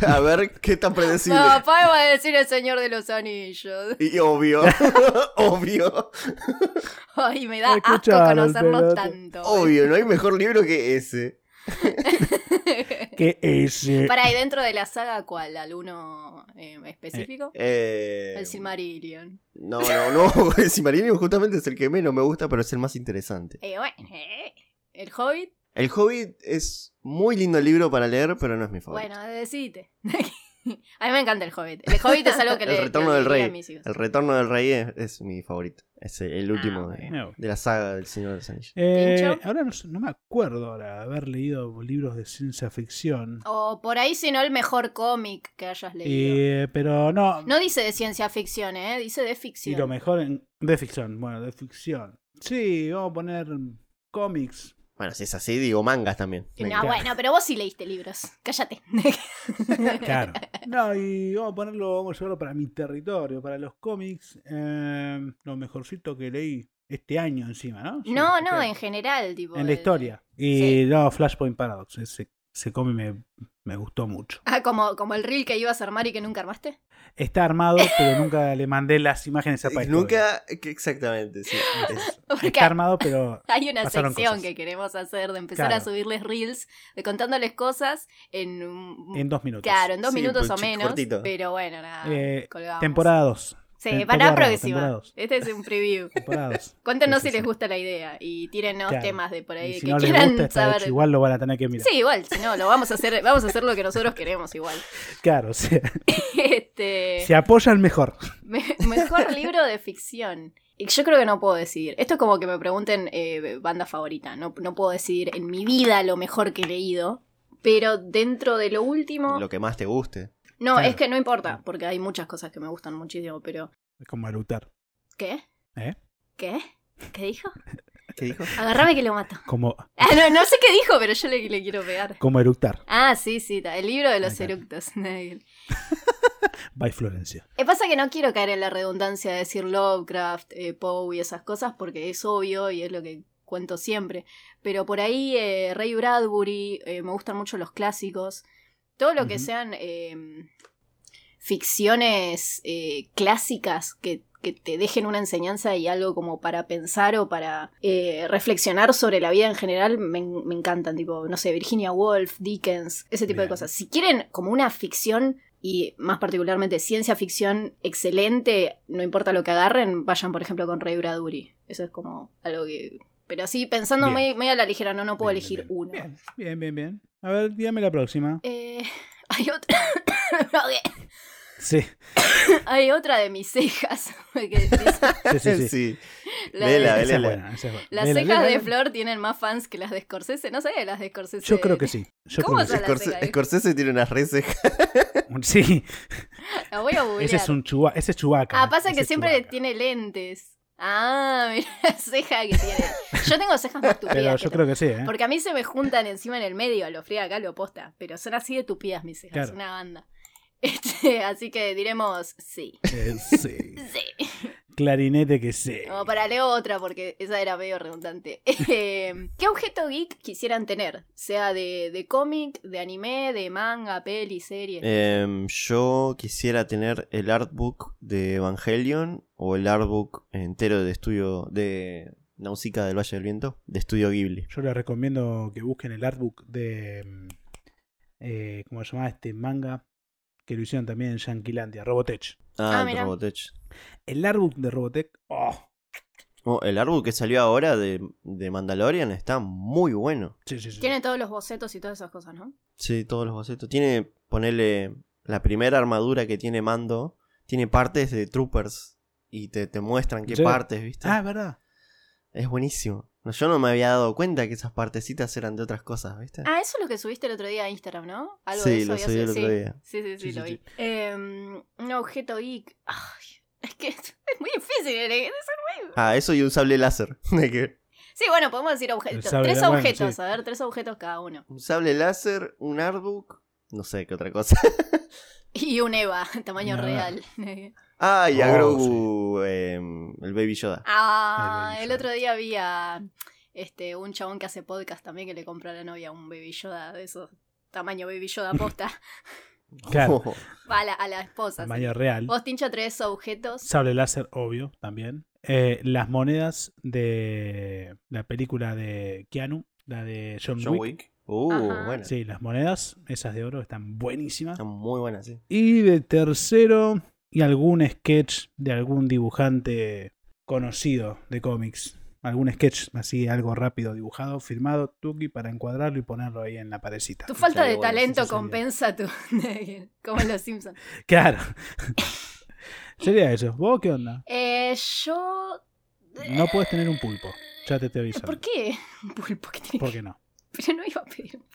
S2: A ver qué tan predecible.
S4: La papá va a decir el señor de los anillos.
S2: Y obvio, obvio,
S4: Ay, me da asco
S3: Escucharon,
S4: conocerlos
S3: pelota.
S4: tanto.
S2: obvio, no hay mejor libro que ese.
S3: eh. ¿Qué es? eh?
S4: Para y dentro de la saga, ¿cuál? ¿Alguno eh, específico?
S2: Eh,
S4: el Silmarillion.
S2: no, no, no, el Silmarillion justamente es el que menos me gusta, pero es el más interesante.
S4: Eh, bueno, eh. El Hobbit,
S2: El Hobbit es muy lindo libro para leer, pero no es mi favorito.
S4: bueno, decite. a mí me encanta el Hobbit. El Hobbit es algo que
S2: El
S4: le
S2: Retorno
S4: le
S2: del
S4: diría
S2: Rey.
S4: a mis hijos.
S2: El Retorno del Rey es, es mi favorito. Es el,
S4: Ah,
S2: el último de,
S3: bueno.
S2: de la saga del Señor de los Anillos.
S3: Eh,
S4: ¿Tincho?
S3: ahora no, sé- no me acuerdo ahora de haber leído libros de ciencia ficción.
S4: O por ahí, si no, el mejor cómic que hayas leído.
S3: Eh, pero no,
S4: No dice de ciencia ficción, ¿eh? Dice de ficción.
S3: Y lo mejor en... de ficción, bueno, de ficción. Sí, vamos a poner cómics.
S2: Bueno, si es así, digo mangas también.
S4: No,
S2: Me
S3: encanta.
S4: bueno, pero vos sí leíste libros. Cállate.
S3: Claro. No, y vamos a ponerlo, vamos a llevarlo para mi territorio, para los cómics. eh, lo mejorcito que leí este año encima, ¿no? Sí,
S4: No, no,
S3: ok.
S4: en general, tipo.
S3: En la
S4: el-
S3: historia. Y
S4: Sí.
S3: no, Flashpoint Paradox, ese se come y me, me gustó mucho.
S4: Ah, como, como el reel que ibas a armar y que nunca armaste.
S3: Está armado, pero nunca le mandé las imágenes a
S2: Eh,
S3: Paito.
S2: Nunca, que- exactamente, sí. es-
S4: Porque
S3: Está armado, pero
S4: hay una
S3: pasaron
S4: sección
S3: cosas.
S4: que queremos hacer de empezar
S3: Claro.
S4: a subirles reels, de contándoles cosas en un...
S3: en dos minutos.
S4: Claro, en dos
S2: Sí,
S4: minutos
S2: pues,
S4: o
S2: ch-
S4: menos.
S2: cortito.
S4: Pero bueno, nada.
S3: Eh,
S4: colgamos.
S3: Temporada 2.
S4: Sí,
S3: tem-
S4: para la
S3: temporada,
S4: próxima.
S3: temporada dos.
S4: Este es un preview.
S3: Temporada 2.
S4: Cuéntenos
S3: Sí, sí,
S4: si les
S3: sí.
S4: gusta la idea y tírenos
S3: Claro.
S4: temas de por ahí
S3: Y si
S4: eh, que
S3: no les
S4: quieran
S3: gusta, está
S4: saber.
S3: hecho, igual lo van a tener que mirar.
S4: Sí, igual, si no, lo vamos a hacer, vamos a hacer lo que nosotros queremos igual.
S3: Claro, o sea,
S4: Este,
S3: se apoyan mejor.
S4: me- mejor libro de ficción. Y yo creo que no puedo decidir. Esto es como que me pregunten eh, banda favorita. No, no puedo decidir en mi vida lo mejor que he leído. Pero dentro de lo último.
S2: Lo que más te guste.
S4: No,
S3: Claro.
S4: es que no
S3: Ah.
S4: importa, porque hay muchas cosas que me gustan muchísimo, pero.
S3: Es como eructar.
S4: ¿Qué?
S3: ¿Eh?
S4: ¿Qué? ¿Qué dijo?
S2: ¿Qué dijo?
S4: Agarrame que lo mato.
S3: Como,
S4: Ah, no, no sé qué dijo, pero yo le, le quiero pegar.
S3: como eructar.
S4: Ah, sí, sí, ta- el libro de los
S3: Ahí está.
S4: eructos. Nagel.
S3: By Florencia.
S4: Eh, pasa que no quiero caer en la redundancia de decir Lovecraft, eh, Poe y esas cosas porque es obvio y es lo que cuento siempre. Pero por ahí eh, Ray Bradbury, eh, me gustan mucho los clásicos. Todo lo que
S3: Ujú.
S4: sean eh, ficciones eh, clásicas que, que te dejen una enseñanza y algo como para pensar o para eh, reflexionar sobre la vida en general, me, en- me encantan. Tipo, no sé, Virginia Woolf, Dickens, ese tipo de
S3: Bien.
S4: cosas. Si quieren como una ficción y más particularmente ciencia ficción excelente, no importa lo que agarren, vayan por ejemplo con Ray Bradbury. Eso es como algo que... Pero así pensando
S3: Bien.
S4: muy, muy a la ligera, no, no puedo
S3: Bien, bien,
S4: elegir
S3: bien.
S4: uno.
S3: Bien, bien, bien, bien. A ver, dígame la próxima.
S4: Eh, hay otra.
S3: Sí,
S4: hay otra de mis cejas. que dice-
S3: sí, sí. sí.
S2: Sí.
S4: la
S2: Vela,
S3: Esa
S4: de-
S3: es
S2: Léela.
S3: buena, esa es buena.
S4: Las
S3: Léela,
S4: cejas
S3: léela,
S4: de
S3: léela.
S4: Flor tienen más fans que las de Scorsese. No sabía de las de Scorsese.
S3: Yo creo que sí. Yo
S4: ¿Cómo
S3: creo que
S4: se
S3: sí.
S2: Scorse-
S4: ceja, ¿eh?
S2: Scorsese tiene unas reces.
S3: Sí,
S4: La voy a googlear.
S3: ese es un chuba, ese es Chubaca.
S4: Ah, pasa que siempre tiene lentes. Ah, mira la ceja que tiene. Yo tengo cejas más tupidas.
S3: Pero
S4: que
S3: yo
S4: tú.
S3: creo que sí, ¿eh?
S4: Porque a mí se me juntan encima en el medio, lo fría acá, lo posta. Pero son así de tupidas mis cejas,
S3: Claro.
S4: una banda. Este, así que diremos sí.
S3: Eh, sí.
S4: Sí.
S3: Clarinete que sí.
S4: Como para leo otra porque esa era medio redundante. Eh, ¿Qué objeto geek quisieran tener? Sea de, de cómic, de anime, de manga, peli, serie.
S2: Em, yo quisiera tener el artbook de Evangelion o el artbook entero de estudio de Nausicaa del Valle del Viento, de estudio Ghibli.
S3: Yo les recomiendo que busquen el artbook de. mm, Eh, ¿Cómo se llama este manga? Que lo hicieron también en Yanquilandia, Robotech.
S4: Ah,
S2: Ah, de
S4: mira.
S2: Robotech.
S3: El artbook de Robotech. ¡Oh!
S2: Oh, el artbook que salió ahora de, de Mandalorian está muy bueno.
S3: Sí, sí, sí.
S4: Tiene todos los bocetos y todas esas cosas, ¿no?
S2: Sí, todos los bocetos. Tiene, ponele, la primera armadura que tiene Mando, tiene partes de Troopers y te, te muestran qué
S3: Sí.
S2: partes, ¿viste?
S3: Ah, es verdad.
S2: Es buenísimo. No, yo no me había dado cuenta que esas partecitas eran de otras cosas, ¿viste?
S4: Ah, eso es lo que subiste el otro día a Instagram, ¿no? Algo de
S2: sí,
S4: eso
S2: lo
S4: había
S2: subí el
S4: subido,
S2: otro
S4: sí.
S2: día.
S4: Sí, sí, sí,
S3: Sí,
S4: lo
S3: sí,
S4: vi.
S3: sí.
S4: Eh, un objeto geek. Ay, es que es muy difícil. ¿eh?
S2: Ah, eso y un sable láser. De que
S4: Sí, bueno, podemos decir objetos.
S3: sabe,
S4: Tres
S3: bueno,
S4: objetos,
S3: sí.
S4: a ver, tres objetos cada uno.
S2: un sable láser, un artbook, no sé qué otra cosa.
S4: Y un Eva, tamaño
S3: Una
S4: real.
S2: Ah, y a
S3: Oh,
S2: Grogu, em, el Baby Yoda.
S4: Ah,
S3: El Baby
S4: el
S3: Yoda.
S4: otro día vi a este, un chabón que hace podcast también que le compró a la novia un baby Yoda de esos tamaño baby Yoda posta.
S3: Claro.
S2: Oh,
S4: a, la, a la esposa. sí.
S3: Tamaño real.
S4: Vos tincho tres objetos.
S3: Sable láser, obvio, también. Eh, las monedas de la película de Keanu, la de John,
S2: John
S3: Wick.
S2: Wick. Uh,
S4: Ajá.
S2: bueno.
S3: Sí, las monedas, esas de oro, están buenísimas.
S2: Está muy buena, sí.
S3: Y de tercero, y algún sketch de algún dibujante conocido de cómics. Algún sketch así, algo rápido, dibujado, firmado, tuki, para encuadrarlo y ponerlo ahí en la parecita.
S4: Tu falta
S2: Estaría
S4: de
S2: bueno,
S4: talento
S3: eso sería.
S4: compensa tu. como en los Simpsons.
S3: Claro. Sería eso. ¿Vos qué onda?
S4: Eh, yo. eh,
S3: No puedes tener un pulpo. Ya te estoy avisando.
S4: ¿Por qué? Un pulpo que tiene
S3: ¿Por qué no?
S4: Pero no iba a pedir un pulpo.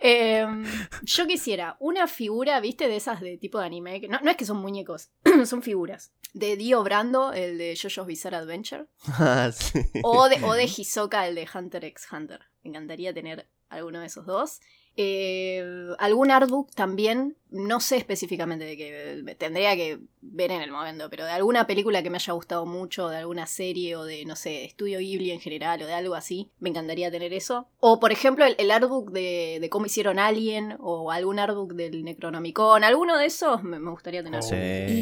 S4: Em, yo quisiera una figura, viste, de esas de tipo de anime. Que no, no es que son muñecos, son figuras. De Dio Brando, el de JoJo's Bizarre Adventure.
S2: Ah, sí.
S4: Oh. O de, o de Hisoka, el de Hunter x Hunter. Me encantaría tener alguno de esos dos. Eh, algún artbook también, no sé específicamente de qué, tendría que ver en el momento, pero de alguna película que me haya gustado mucho, de alguna serie o de, no sé, estudio Ghibli en general o de algo así, me encantaría tener eso. O, por ejemplo, el, el artbook de, de cómo hicieron Alien o algún artbook del Necronomicon, alguno de esos me, me gustaría tener.
S3: Sí.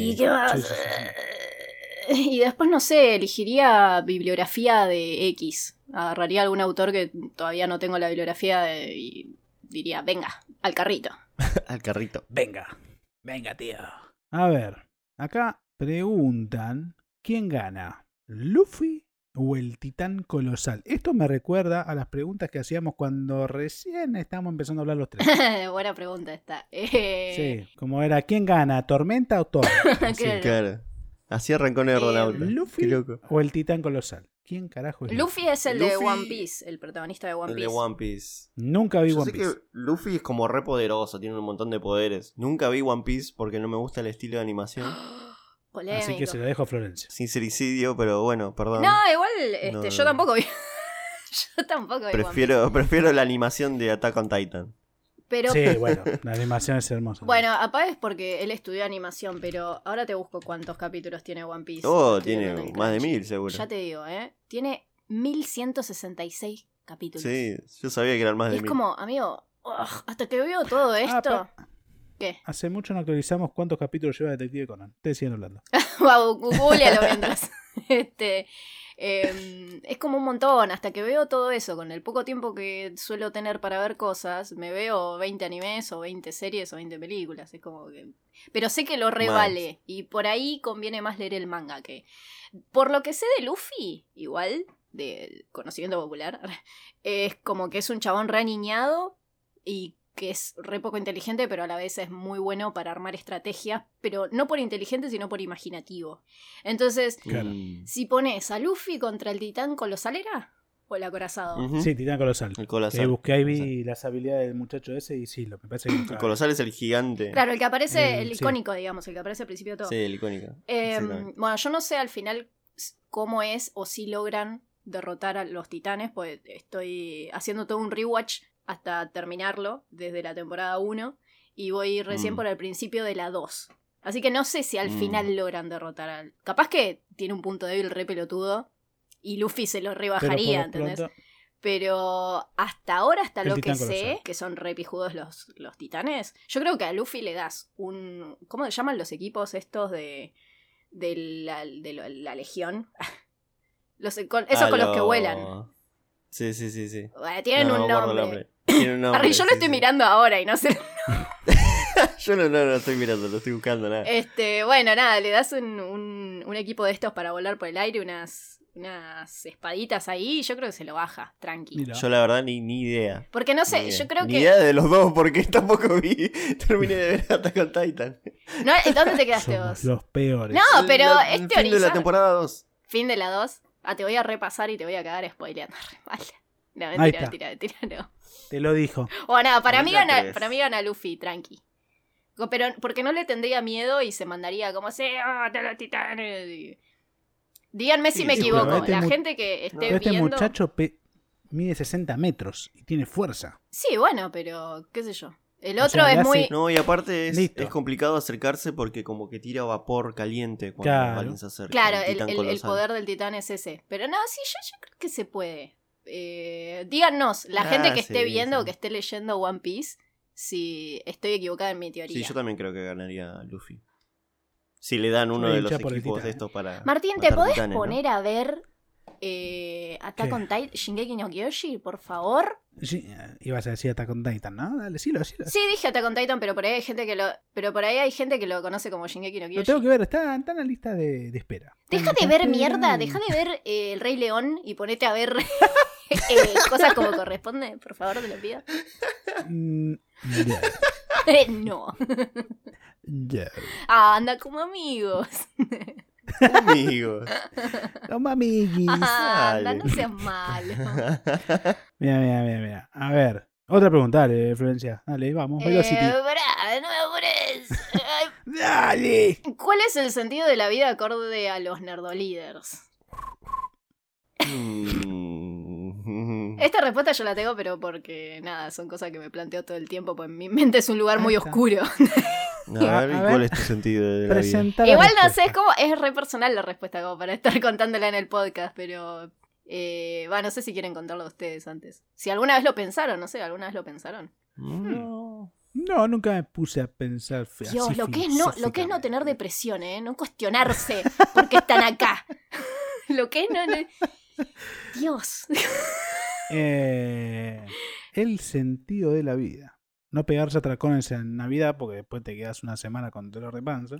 S4: ¿Y qué más?
S3: Oh. Sí, sí,
S4: Y después, no sé, elegiría bibliografía de X. Agarraría algún autor que todavía no tengo la bibliografía de- y diría, venga, al carrito.
S2: Al carrito.
S3: Venga, venga, tío. A ver, acá preguntan: ¿quién gana? ¿Luffy o el titán colosal? Esto me recuerda a las preguntas que hacíamos cuando recién estábamos empezando a hablar los tres.
S4: Buena pregunta esta. Eh,
S3: Sí, como era: ¿quién gana? ¿Tormenta o Thor? Así.
S4: Claro.
S2: Claro. Así arrancó Nerdonauta.
S3: Luffy
S2: Qué loco.
S3: o el titán colosal. ¿Quién carajo es?
S4: Luffy es el de
S2: Luffy-
S4: One Piece, el protagonista de One
S2: El
S4: Piece.
S2: de One Piece.
S3: Nunca vi
S2: Yo
S3: One
S2: sé
S3: Piece.
S2: que Luffy es como re poderoso, tiene un montón de poderes. Nunca vi One Piece porque no me gusta el estilo de animación.
S4: Polémico.
S3: Así que se lo dejo a Florencia.
S2: Sincericidio, pero bueno, perdón.
S4: No, igual este,
S2: No, no,
S4: yo
S2: no.
S4: tampoco vi. yo tampoco vi. One
S2: prefiero, prefiero la animación de Attack on Titan.
S4: Piece. Pero
S3: Sí, bueno, la animación es hermosa.
S4: Bueno, apá es porque él estudió animación, pero ahora te busco cuántos capítulos tiene One Piece.
S2: Oh,
S4: Estoy
S2: tiene
S4: viendo en el
S2: más de
S4: Crunchy.
S2: mil seguro.
S4: Ya te digo, ¿eh? Tiene 1166 capítulos.
S2: Sí, yo sabía que eran más
S4: Y
S2: de
S4: es
S2: mil.
S4: como, amigo, ugh, hasta que veo todo esto.
S3: pa-
S4: ¿Qué?
S3: Hace mucho no actualizamos cuántos capítulos lleva Detective Conan. Ustedes siguen hablando.
S4: Wow, googlealo mientras. este, em, es como un montón, hasta que veo todo eso, con el poco tiempo que suelo tener para ver cosas, me veo 20 animes o 20 series o 20 películas, es como que... Pero sé que lo revale y por ahí conviene más leer el manga que... Por lo que sé de Luffy, igual, del conocimiento popular, es como que es un chabón re aniñado y que es re poco inteligente, pero a la vez es muy bueno para armar estrategias, pero no por inteligente, sino por imaginativo. Entonces,
S3: Claro.
S2: Mm.
S4: si pones a Luffy contra el titán colosalera o el acorazado.
S2: Ujú.
S3: Sí, Titán Colosal.
S2: El
S3: Que
S2: colosal.
S3: ahí Eh, busqué ahí vi las habilidades del muchacho ese y sí, lo me parece que
S2: El
S3: claro.
S2: colosal es el gigante.
S4: Claro, el que aparece,
S3: El-
S4: el,
S3: sí.
S4: icónico, digamos, el que aparece al principio de todo.
S2: Sí, el icónico.
S4: Eh,
S2: Exactamente.
S4: bueno, yo no sé al final s- cómo es o si logran derrotar a los titanes, pues estoy haciendo todo un rewatch hasta terminarlo desde la temporada 1 y voy recién
S2: Mm.
S4: por el principio de la 2. Así que no sé si al
S2: Mm.
S4: final logran derrotar al... Capaz que tiene un punto débil re pelotudo y Luffy se lo
S3: Pero por
S4: rebajaría,
S3: lo
S4: ¿entendés?
S3: pronto-
S4: Pero hasta ahora, hasta
S3: El
S4: lo
S3: titán
S4: que sé,
S3: colosal.
S4: que son re pijudos los, los titanes, yo creo que a Luffy le das un... ¿Cómo se llaman los equipos estos de, de, la, de lo- la legión? Los, con- esos
S2: Ah,
S4: con los que
S2: lo-
S4: vuelan.
S2: Sí, sí, sí, sí.
S4: Bueno, tienen
S2: No,
S4: un
S2: me acuerdo el
S4: nombre.
S2: Tiene un nombre.
S4: Parry, yo lo
S2: sí,
S4: estoy
S2: sí.
S4: mirando ahora y no sé.
S2: Yo no, no, no estoy mirando, lo estoy buscando nada.
S4: Este, bueno, nada, le das un, un- un equipo de estos para volar por el aire, unas, unas espaditas ahí, y yo creo que se lo baja, tranqui.
S3: Mira.
S2: Yo la verdad ni, ni idea.
S4: Porque no sé,
S2: ni idea.
S4: yo creo
S2: Ni
S4: que...
S2: idea de los dos, porque tampoco vi. Terminé de ver Attack on Titan.
S4: No, ¿Dónde te quedaste
S3: Somos
S4: vos?
S3: los peores.
S4: No, pero
S2: La-
S4: es
S2: el fin de la
S4: teorizar.
S2: temporada 2.
S4: Fin de la 2. Ah, te voy a repasar y te voy a quedar spoileando. Re mal. No,
S3: Ahí
S4: mentira,
S3: está.
S4: mentira, mentira, no.
S3: Te lo dijo.
S4: O nada, para
S2: Ahí
S4: mí,
S2: la
S4: gana,
S2: tenés.
S4: para mí gana Luffy, tranqui. Co- Pero porque no le tendría miedo y se mandaría como se ah, de los titanes. y- Díganme si
S2: Sí,
S4: me
S2: sí,
S4: equivoco.
S2: pero este
S4: la
S3: mu-
S4: gente que esté
S3: Pero este
S4: viendo.
S3: muchacho pe- mide 60 metros y tiene fuerza.
S4: Sí, bueno, pero qué sé yo. El
S3: O
S4: otro
S3: sea, le
S4: es
S3: hace-
S4: muy.
S2: No, y aparte es,
S3: Listo.
S2: es complicado acercarse porque como que tira vapor caliente cuando
S3: Claro.
S2: alguien se acerca.
S4: Claro,
S2: el
S4: el,
S2: titán
S4: el- el
S2: colosal.
S4: poder del titán es ese. Pero no, sí, yo, yo creo que se puede. Eh, díganos, la gente
S2: Ah,
S4: que esté
S2: sí,
S4: viendo
S2: sí.
S4: o que esté leyendo One Piece, si estoy equivocada en mi teoría.
S2: Sí, yo también creo que ganaría Luffy. Si le dan uno
S3: Yo
S2: de los
S3: hincha por el
S2: equipos
S3: titán.
S2: estos para.
S4: Martín, ¿te
S2: matar
S4: podés
S2: titanes, no?
S4: poner a ver eh, Attack
S3: ¿Qué?
S4: on Titan, Shingeki no Kyoshi, por favor?
S3: Sí, eh, ibas a decir Attack on Titan, ¿no? Dale, sí, lo, sí, lo-
S4: Sí, dije Attack on Titan, pero por ahí hay gente que lo, pero por ahí hay gente que lo conoce como Shingeki no
S3: Lo
S4: Kyoshi.
S3: tengo que ver, está, está en la lista de, de espera.
S4: Deja de ver mierda, deja de ver eh, El Rey León y ponete a ver eh, cosas como corresponde, por favor, te lo pido.
S3: Mm, yeah,
S4: no.
S3: yeah.
S4: Ah, anda como amigos.
S2: Amigos.
S3: Toma, amiguis.
S4: Ah,
S2: sale.
S4: anda, no seas malo.
S3: Mira, mira, mira, mira. A ver. Otra pregunta, dale, Florencia. Dale, vamos. Velocity.
S4: Eh, pará, no me apures. Ay,
S3: ¡Dale!
S4: ¿Cuál es el sentido de la vida acorde a los nerdolíders?
S2: Mm.
S4: Esta respuesta yo la tengo, pero porque nada, son cosas que me planteo todo el tiempo, pues mi mente es un lugar muy
S3: Ahí está.
S4: oscuro.
S2: Mm. A ver, ¿y
S3: A ver.
S2: ¿cuál es tu sentido de la vida?
S3: Presenta la
S4: Igual no
S3: respuesta.
S4: sé, es como, es re personal la respuesta como para estar contándola en el podcast, pero eh, va, no sé si quieren contarlo ustedes antes. Si alguna vez lo pensaron, no sé, alguna vez lo pensaron.
S2: Mm.
S3: No, no, nunca me puse a pensar. fe-
S4: Dios,
S3: así
S4: lo que es no, lo que es no
S3: filosóficamente.
S4: tener depresión, eh, no cuestionarse porque están acá. lo que es no, no- Dios.
S3: Eh, el sentido de la vida. No pegarse atracones en Navidad porque después te quedas una semana con dolor de panza.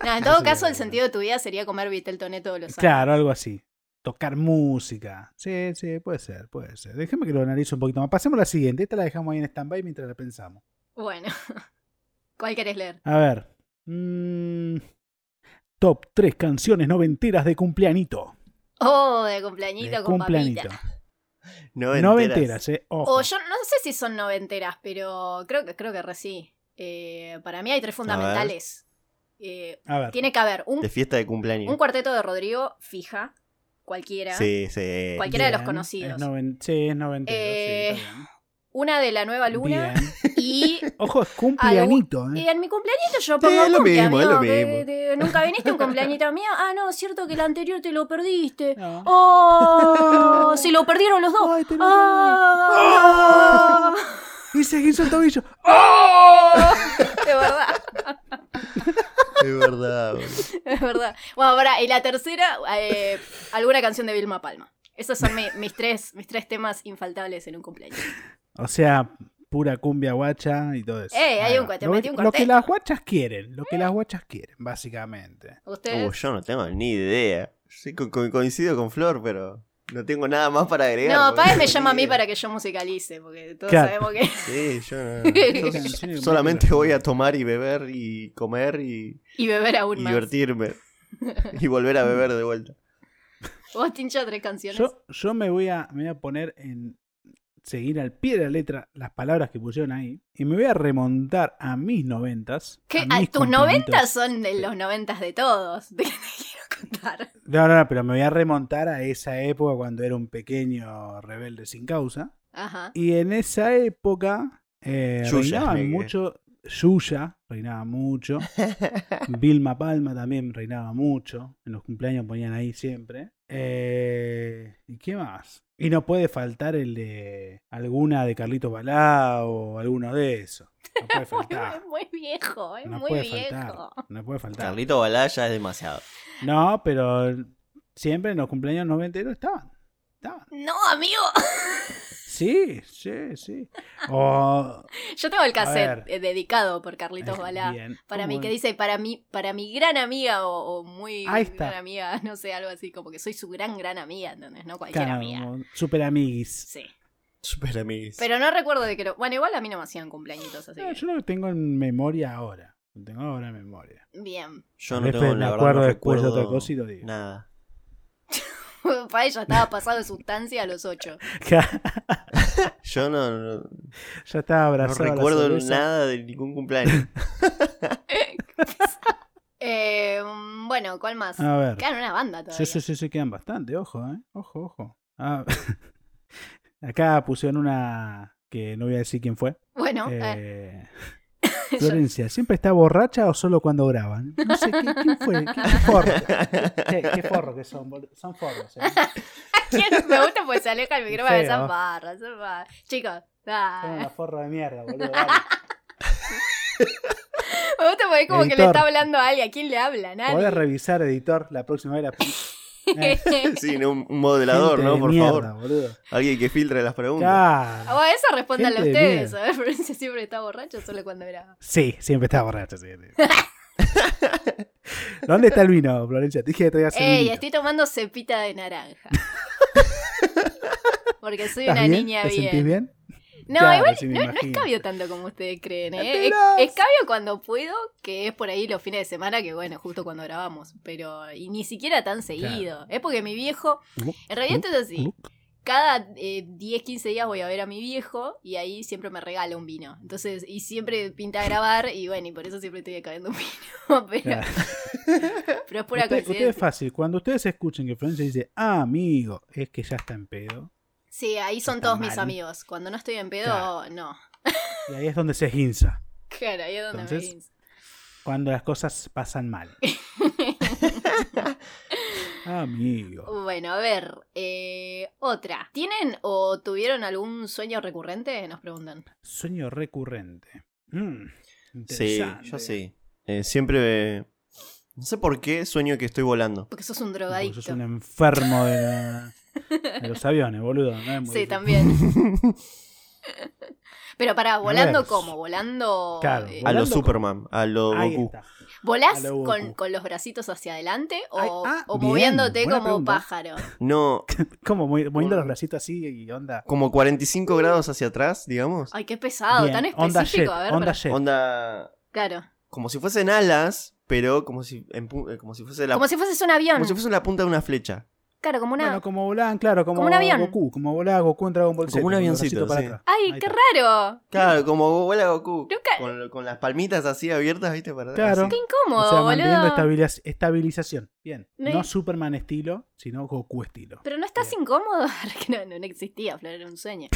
S4: Nada, en
S3: Eso
S4: todo
S3: sería
S4: caso, el
S3: bueno.
S4: sentido de tu vida sería comer vitel toné todos los años.
S3: Claro, algo así. Tocar música. Sí, sí, puede ser, puede ser. Déjeme que lo analice un poquito más. Pasemos a la siguiente. Esta la dejamos ahí en stand-by mientras la pensamos.
S4: Bueno. ¿Cuál querés leer?
S3: A ver. Mm, top 3 canciones noventeras de cumpleanito.
S4: Oh, de cumpleañito
S3: De
S4: con
S3: cumpleanito.
S4: papita.
S3: Noventeras, eh. Ojo.
S4: O yo no sé si son noventeras, pero creo que creo que re sí. Eh, para mí hay tres fundamentales. Eh,
S3: A ver.
S4: tiene que haber un,
S2: De fiesta de
S4: un
S2: cumpleaños.
S4: cuarteto de Rodrigo fija, cualquiera.
S2: Sí, sí.
S4: Cualquier- cualquiera de los
S3: Bien,
S4: conocidos.
S3: es noven- sí, es noventero.
S4: Eh,
S3: sí, está bien.
S4: Una de la nueva luna
S3: Bien.
S4: y
S3: Ojo, es cumpleañito,
S4: Y
S3: ¿eh?
S4: en mi cumpleañito yo pongo
S2: es lo
S4: cumbia,
S2: mismo, es lo
S4: amigo, que-
S2: mismo.
S4: que- Nunca viniste a un cumpleañito mío. Ah, no, es cierto que el anterior te lo perdiste.
S3: No.
S4: Oh, se lo perdieron los dos.
S3: Ay, te lo
S4: Ah.
S3: Y se hizo el tobillo. ¡Ah!
S4: De verdad,
S2: Es verdad. boludo.
S4: es verdad. Bueno, pará, y la tercera, eh, alguna canción de Vilma Palma. Esos son mi- mis, tres, mis tres temas infaltables en un cumpleaños.
S3: O sea, pura cumbia guacha y todo eso.
S4: Ey, Eh, hay
S3: Ahí
S4: un
S3: va.
S4: cuate,
S3: lo,
S4: metí un Eh.
S3: lo que
S4: cuarteto.
S3: las guachas quieren, lo que las guachas quieren, básicamente.
S4: ¿Ustedes?
S2: Uh, yo no tengo ni idea. Sí, co- co- coincido con Flor, pero no tengo nada más para agregar.
S4: no,
S2: boludo.
S4: Paez me llama a
S2: Ni
S4: mí
S2: idea.
S4: para que yo musicalice, porque todos
S3: Claro.
S4: sabemos que...
S2: Sí, yo no-
S4: Yo
S2: yo solamente voy a tomar y beber y comer y,
S4: Y beber
S2: y
S4: aún más.
S2: divertirme. Y volver a beber de vuelta.
S4: Vos, Tincho, tres canciones.
S3: Yo, yo me, voy a, me voy a poner en seguir al pie de la letra las palabras que pusieron ahí y me voy a remontar a mis noventas.
S4: ¿Qué?
S3: a
S4: Ah,
S3: mis
S4: tus
S3: cumpleañitos.
S4: noventas son de los noventas de todos. Te quiero contar.
S3: No, no, no, pero me voy a remontar a esa época cuando era un pequeño rebelde sin causa.
S4: Ajá.
S3: Y en esa época eh,
S2: Yuya,
S3: reinaban
S2: negue.
S3: mucho. Yuya reinaba mucho. Vilma Palma también reinaba mucho. En los cumpleaños ponían ahí siempre. Eh, ¿Y qué más? Y no puede faltar el de alguna de Carlitos Balá o alguno de esos. No puede faltar.
S4: Es muy viejo, es
S3: No
S4: muy
S3: puede
S4: viejo.
S3: faltar. No puede faltar.
S2: Carlito Balá ya es demasiado.
S3: No, pero siempre en los cumpleaños noventeros estaban. Estaban.
S4: No, amigo.
S3: Sí, sí, sí. O.
S4: Yo tengo el
S3: ver.
S4: cassette eh, dedicado por Carlitos
S3: eh,
S4: Balá.
S3: bien,
S4: Para mí,
S3: ¿cómo
S4: que
S3: es?
S4: dice, para mí, para mi gran amiga o, o muy
S3: Ahí está.
S4: gran amiga, no sé, algo así, como que soy su gran, gran amiga, ¿entendés? No cualquier
S3: Claro,
S4: amiga.
S3: como super amiguis.
S4: Sí.
S2: Super amiguis.
S4: Pero no recuerdo de que lo. Bueno, igual a mí no me hacían cumpleañitos así.
S3: No,
S4: que-
S3: yo no lo tengo en memoria ahora. Lo tengo ahora en memoria.
S4: Bien.
S2: Yo
S3: Tal
S2: no
S3: vez
S2: tengo,
S3: me
S2: la verdad,
S3: acuerdo
S2: no
S3: después de otra
S2: recuerdo
S3: cosa y lo digo.
S2: Nada.
S4: Para ella estaba pasado de sustancia a los ocho.
S3: ya
S2: Yo no, no- no
S3: estaba abrazado. a la
S2: recuerdo
S3: cerveza.
S2: nada de ningún cumpleaños.
S4: Eh, bueno, ¿cuál más?
S3: A ver.
S4: Quedan una banda todavía.
S3: Sí, sí, sí, sí, quedan bastante. Ojo, eh. Ojo, ojo. Ah, acá pusieron una que no voy a decir quién fue.
S4: Bueno, eh,
S3: Eh,
S4: yo-
S3: Florencia, ¿siempre está borracha o solo cuando graban? No sé, ¿quién, quién fue? ¿Qué, qué forro? Che, qué forro que son, boludo. Son forros, eh.
S4: ¿quién me gusta pues se aleja el micrófono de
S3: Feo.
S4: esas barras, esas barras. Chicos, ah,
S3: Son
S4: dale.
S3: una forro de mierda, boludo. dale.
S4: me gusta porque es como que le
S3: Editor.
S4: está hablando a alguien. ¿A quién le habla?
S3: Podés
S4: Nadie.
S3: revisar, editor, la próxima vez la... Eh,
S2: sí, no, un un modelador,
S3: gente
S2: ¿no?
S3: de
S2: Por
S3: mierda,
S2: favor.
S3: Boludo.
S2: Alguien que filtre las preguntas.
S3: Claro.
S4: Ah, bueno, eso respóndanlo
S3: Gente de
S4: ustedes.
S3: mierda.
S4: A ver, Florencia siempre está borracho solo cuando graba.
S3: Sí, siempre está borracho. sí, sí. ¿Dónde está el vino, Florencia? Te dije que traigas el
S4: Ey,
S3: vinito.
S4: estoy tomando cepita de naranja. Porque soy
S3: ¿Estás
S4: una
S3: bien?
S4: niña
S3: ¿Te
S4: bien.
S3: sentís bien?
S4: No,
S3: Claro,
S4: igual
S3: sí, me
S4: no, no
S3: imagino.
S4: escabio tanto como ustedes creen,
S3: Te
S4: ¿eh? Es-
S3: las-
S4: Escabio cuando puedo, que es por ahí los fines de semana, que bueno, justo cuando grabamos, pero y ni siquiera tan seguido. Es porque mi viejo,
S3: Uh,
S4: en realidad esto es así, cada eh, 10, 15 días voy a ver a mi viejo y ahí siempre me regala un vino. Entonces, y siempre pinta grabar y bueno, y por eso siempre estoy acabando un vino, pero,
S3: Claro.
S4: pero es pura
S3: Usted- usted es
S4: coincidencia.
S3: fácil. Cuando ustedes escuchen que Florencia dice, ah, amigo, es que ya está en pedo.
S4: Sí, ahí son
S3: Está
S4: todos mis
S3: mal.
S4: amigos. Cuando no estoy en pedo,
S3: Claro.
S4: no.
S3: Y ahí es donde se esguinza,
S4: Claro, ahí es donde
S3: Entonces,
S4: me
S3: cuando las cosas pasan mal. Amigo.
S4: Bueno, a ver, eh, otra. ¿Tienen o tuvieron algún sueño recurrente? Nos preguntan.
S3: Sueño recurrente. Mm,
S2: Sí,
S3: interesante.
S2: yo sí. Eh, siempre. eh, no sé por qué sueño que estoy volando.
S4: Porque sos un
S3: Porque
S4: drogadicto.
S3: sos un enfermo de, la- de los aviones, boludo. ¿no? Es muy
S4: Sí,
S3: difícil.
S4: también. Pero pará, ¿volando
S3: Reverso.
S4: cómo? ¿Volando?
S3: Claro,
S2: A
S4: eh,
S3: Volando
S2: lo
S3: con-
S2: Superman, a lo
S3: Ahí
S2: Goku.
S3: está.
S4: ¿Volás
S3: a lo Goku.
S4: con, con los bracitos hacia adelante
S3: Ay,
S4: o,
S3: ah,
S4: o
S3: bien,
S4: moviéndote
S3: buena
S4: como
S3: pregunta.
S4: pájaro?
S2: No,
S3: Como muy- moviendo los bracitos así y onda.
S2: como 45 grados hacia atrás, digamos.
S4: Ay, qué pesado,
S3: Bien,
S4: tan
S3: onda
S4: específico.
S3: jet,
S4: a ver,
S3: onda
S4: pará.
S3: jet.
S2: Onda.
S4: claro.
S2: Como si fuesen alas, pero como si, en pu- eh, como si fuese la.
S4: Como si fueses un avión.
S2: como si fuese la punta de una flecha.
S4: Claro, como una.
S3: Bueno, como volaban, claro, como,
S4: Como un avión.
S3: Goku, como volaba Goku en Dragon Ball Z,
S2: Como un
S3: con el
S2: avioncito,
S3: bracito para
S2: sí.
S3: atrás.
S4: ¡Ay,
S3: Ahí
S4: qué
S3: está.
S4: raro!
S2: Claro, como vuela Goku.
S4: Nunca-
S2: Con, con las palmitas así abiertas, ¿viste? Para
S3: Claro.
S2: así.
S4: ¡Qué incómodo,
S3: O sea, manteniendo
S4: boludo!
S3: estabiliz- estabilización. Bien.
S4: Me-
S3: No Superman estilo, sino Goku estilo.
S4: Pero no estás
S3: Bien.
S4: incómodo. Que no, no, no existía, Flor, era un sueño.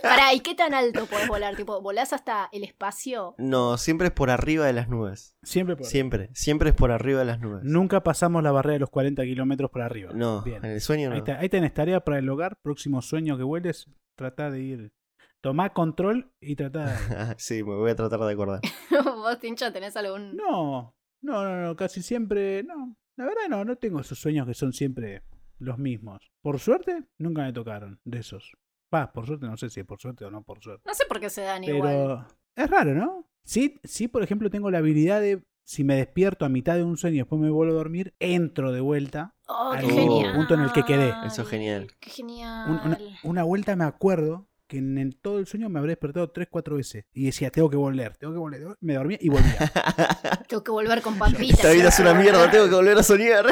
S4: Pará, ¿y qué tan alto podés volar? Tipo, ¿volás hasta el espacio?
S2: No, siempre es por arriba de las nubes.
S3: Siempre por
S2: Siempre, siempre es por arriba de las nubes.
S3: Nunca pasamos la barrera de los 40 kilómetros para arriba.
S2: Pues. No,
S3: Bien.
S2: en el sueño no.
S3: Ahí, está, ahí tenés tarea para el hogar. Próximo sueño que vuelves, trata de ir. Tomá control y trata de.
S2: Ah, sí, me voy a tratar de acordar.
S4: ¿Vos, Tincho, tenés algún.?
S3: No, no, no, no, casi siempre. No, la verdad no, no tengo esos sueños que son siempre los mismos. Por suerte, nunca me tocaron de esos. Va, por suerte, no sé si es por suerte o no por suerte.
S4: No sé por qué se dan igual.
S3: Pero es raro, ¿no? Sí, sí, por ejemplo, tengo la habilidad de. Si me despierto a mitad de un sueño y después me vuelvo a dormir, entro de vuelta.
S4: Oh, qué
S2: Al
S4: genial.
S3: punto en el que quedé.
S2: Eso es genial.
S4: Qué genial.
S3: Un- una, una vuelta me acuerdo que en el- todo el sueño me habré despertado tres, cuatro veces. Y decía, tengo que volver, tengo que volver. Me dormía y volvía.
S4: Tengo que volver con pampitas.
S2: Esta vida es una mierda, tengo que volver a soñar.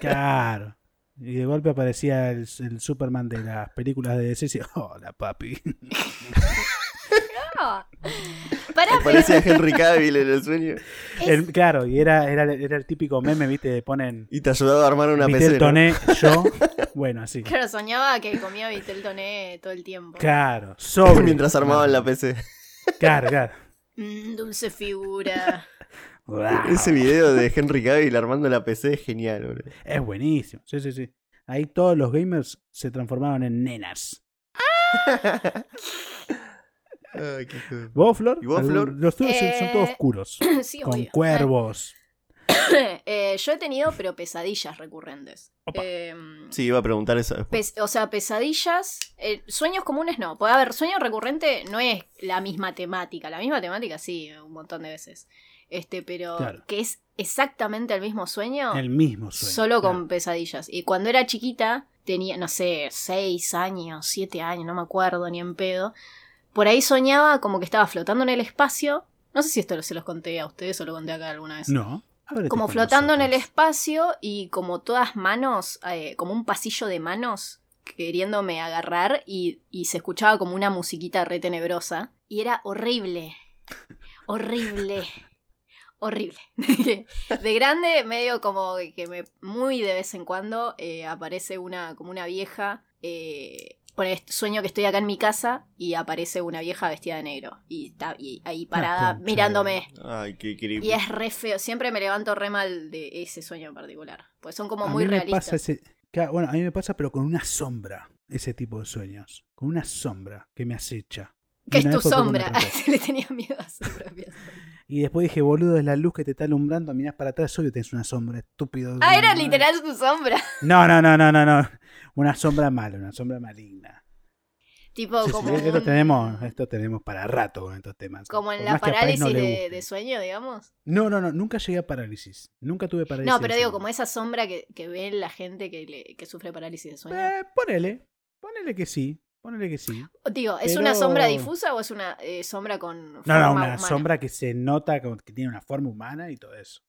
S3: Claro. Y de golpe aparecía el, el Superman de las películas de DC y decía, hola papi.
S4: No. Pará, pero
S2: Parecía Henry Cavill en el sueño.
S4: es-
S3: El- claro, y era, era, era el típico meme, viste, de ponen
S2: Y te ayudaba a armar una
S3: Vitel
S2: PC.
S3: Toné, yo. Bueno, así.
S4: claro, soñaba que comía Vitel Toné todo el tiempo.
S3: Claro, sobre.
S2: Mientras armaban la PC.
S3: Claro, claro.
S4: Mm, dulce figura.
S3: Guau.
S2: Ese video de Henry Cavill armando la PC es genial, boludo.
S3: Es buenísimo. Sí, sí, sí. Ahí todos los gamers se transformaron en nenas.
S2: Ay, qué joder.
S3: ¿Vos, Flor?
S2: ¿Y vos,
S3: ¿Algún-
S2: Flor?
S3: Los tuyos son- son todos
S4: Eh,
S3: oscuros.
S4: sí,
S3: Con
S4: obvio.
S3: cuervos.
S4: Eh, yo he tenido, pero pesadillas recurrentes.
S3: Opa.
S4: Eh,
S2: sí, iba a preguntar eso. después.
S4: pes- o sea, pesadillas. eh, sueños comunes no. Puede haber, sueño recurrente no es la misma temática. La misma temática sí, un montón de veces. Este, pero
S3: Claro.
S4: que es exactamente el mismo sueño.
S3: El mismo sueño.
S4: Solo
S3: claro.
S4: con pesadillas. Y cuando era chiquita, tenía, no sé, 6 años, 7 años, no me acuerdo ni en pedo. Por ahí soñaba como que estaba flotando en el espacio. No sé si esto se los conté a ustedes o lo conté acá alguna vez.
S3: No. ábrete
S4: como
S3: con
S4: flotando en el
S3: nosotros.
S4: espacio y como todas manos, eh, como un pasillo de manos queriéndome agarrar y, y se escuchaba como una musiquita re tenebrosa. Y era horrible. Horrible. Horrible. De grande, medio como que me, muy de vez en cuando eh, aparece una, como una vieja. Eh, pone, sueño que estoy acá en mi casa y aparece una vieja vestida de negro. Y, está- y ahí parada,
S3: concha de-
S4: mirándome.
S2: Ay, qué creepy.
S4: Y es re feo, siempre me levanto re mal de ese sueño en particular. Pues son como
S3: A
S4: muy
S3: mí me
S4: realistas.
S3: pasa ese- claro, bueno, a mí me pasa, pero con una sombra. Ese tipo de sueños. Con una sombra que me acecha. Y
S4: Que es
S3: una
S4: tu
S3: vez fue porque me
S4: sombra.
S3: atrapó.
S4: Se le tenía miedo a su propia sombra.
S3: Y después dije, boludo, es la luz que te está alumbrando. Mirás para atrás, obvio tenés una sombra, estúpido.
S4: Ah, era literal tu sombra.
S3: No, no, no, no, no, no. Una sombra mala, una sombra maligna.
S4: Tipo
S3: Sí, sí,
S4: como.
S3: esto,
S4: un-
S3: tenemos, esto tenemos para rato con estos temas.
S4: Como en
S3: Por
S4: la
S3: más que a País
S4: parálisis
S3: no le
S4: de,
S3: guste.
S4: de sueño, digamos.
S3: No, no, no, nunca llegué a parálisis. Nunca tuve parálisis.
S4: No, pero
S3: de
S4: digo,
S3: sueño.
S4: como esa sombra que, que ve la gente que, le- que sufre parálisis de sueño.
S3: Eh, ponele, ponele que sí, ponele que sí.
S4: Digo, ¿es
S3: pero-
S4: una sombra difusa o es una eh, sombra con.
S3: No,
S4: forma
S3: no, una
S4: humana?
S3: sombra que se nota como que tiene una forma humana y todo eso.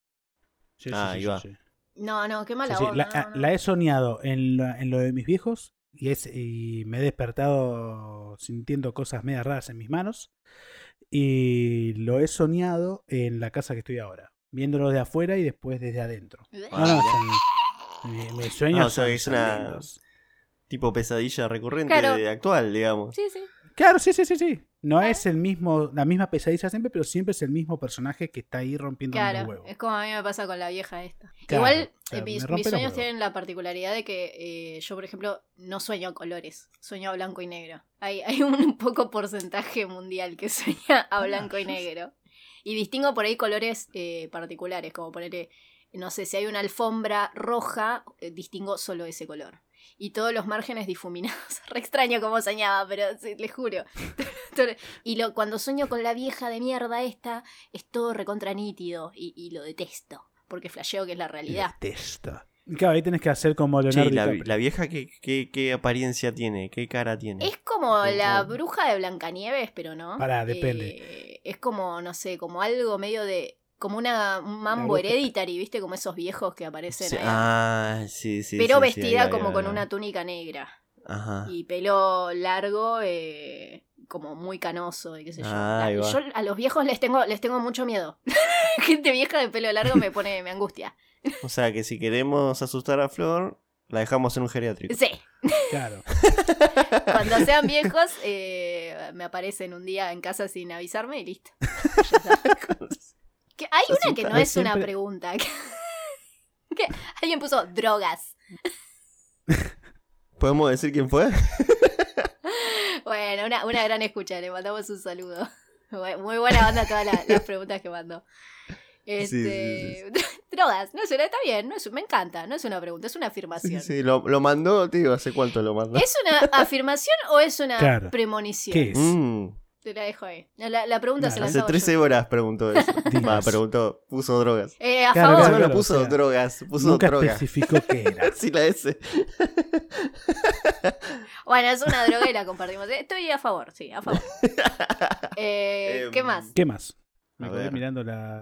S3: Sí, sí,
S2: Ah,
S3: sí,
S2: ahí
S3: sí,
S2: va.
S3: sí.
S4: No, no, qué mala
S3: Sí, sí,
S4: onda,
S3: La, ah,
S4: no, no.
S3: la he soñado en, la- en lo de mis viejos y, es, y me he despertado sintiendo cosas medio raras en mis manos. Y lo he soñado en la casa que estoy ahora, viéndolo de afuera y e- después desde adentro. No, no,
S2: Ah,
S3: son- mi- mis sueños
S2: No, o sea,
S3: son-
S2: es
S3: son
S2: una-
S3: lindos.
S2: tipo pesadilla recurrente
S4: Claro.
S2: de actual, digamos.
S4: Sí, sí.
S3: Claro, sí, sí, sí, sí. No es el mismo, la misma pesadilla siempre, pero siempre es el mismo personaje que está ahí rompiendo los
S4: Claro,
S3: huevos.
S4: es como a mí me pasa con la vieja esta.
S3: Claro,
S4: Igual
S3: claro,
S4: eh,
S3: me
S4: mis,
S3: rompe
S4: mis
S3: los
S4: sueños
S3: huevos.
S4: tienen la particularidad de que eh, yo, por ejemplo, no sueño a colores, sueño a blanco y negro. Hay, hay un poco porcentaje mundial que sueña
S3: Ah,
S4: a blanco y negro. Y distingo por ahí colores eh, particulares, como poner, no sé, si hay una alfombra roja, eh, distingo solo ese color. Y todos los márgenes difuminados. Re extraño como soñaba, pero sí, les juro. y lo, cuando sueño con la vieja de mierda esta, es todo recontra nítido y, y lo detesto. Porque flasheo que es la realidad.
S3: Detesto. Claro, ahí tenés que hacer como
S2: Che,
S3: Leonardo
S2: ¿y la,
S3: DiCaprio.
S2: la vieja qué, qué- qué apariencia tiene, qué cara tiene.
S4: Es como
S2: Pero-
S4: la bruja de Blancanieves, pero no.
S3: Pará, depende.
S4: Eh, es como, no sé, como algo medio de. Como una, un mambo
S3: bruja.
S4: hereditary, ¿viste? Como esos viejos que aparecen
S2: Sí,
S4: ahí.
S2: ah, sí, sí.
S4: pero
S2: sí, sí,
S4: vestida
S2: ahí va,
S4: como
S2: ahí va,
S4: con
S2: ahí va.
S4: una túnica negra.
S2: Ajá.
S4: Y pelo largo, eh, como muy canoso y qué sé yo.
S2: Ah, ahí
S4: La-
S2: va.
S4: yo a los viejos les tengo, les tengo mucho miedo. Gente vieja de pelo largo me pone, me angustia.
S2: O sea que si queremos asustar a Flor, la dejamos en un geriátrico.
S4: Sí.
S3: Claro.
S4: Cuando sean viejos, eh, me aparecen un día en casa sin avisarme y listo. Ya está. Que hay
S2: Sos
S4: una
S2: un
S4: que
S2: ca-
S4: no es una
S3: siempre-
S4: pregunta. que- que alguien puso drogas.
S2: ¿Podemos decir quién fue?
S4: Bueno, una, una gran escucha, le mandamos un saludo. Bu- Muy buena banda todas la- las preguntas que mandó. Este,
S2: sí,
S4: Drogas, no es una, está bien, no es, me encanta, no es una pregunta, es una afirmación.
S2: Sí, lo, lo mandó, tío. ¿Hace cuánto lo mandó?
S4: ¿Es una afirmación o es una
S3: Claro.
S4: premonición?
S3: ¿Qué es?
S2: Mm,
S4: Te la dejo ahí. No, La, la pregunta
S3: Nada.
S4: se la
S2: hace
S4: hago yo.
S2: 13 horas preguntó eso.
S3: Dinos.
S2: Va, preguntó, puso drogas.
S4: Eh, a
S3: Claro,
S4: favor.
S2: Encima
S3: claro,
S2: no puso
S3: Ah, o sea,
S2: drogas, puso
S3: Nunca
S2: drogas.
S3: especificó qué era.
S2: Sí, la S.
S4: Bueno, es una droga y la compartimos. Eh, Estoy a favor, sí, a favor. Eh,
S2: Em,
S4: ¿Qué más?
S3: ¿Qué más? Me
S2: A
S3: acordé
S2: ver.
S3: mirando la.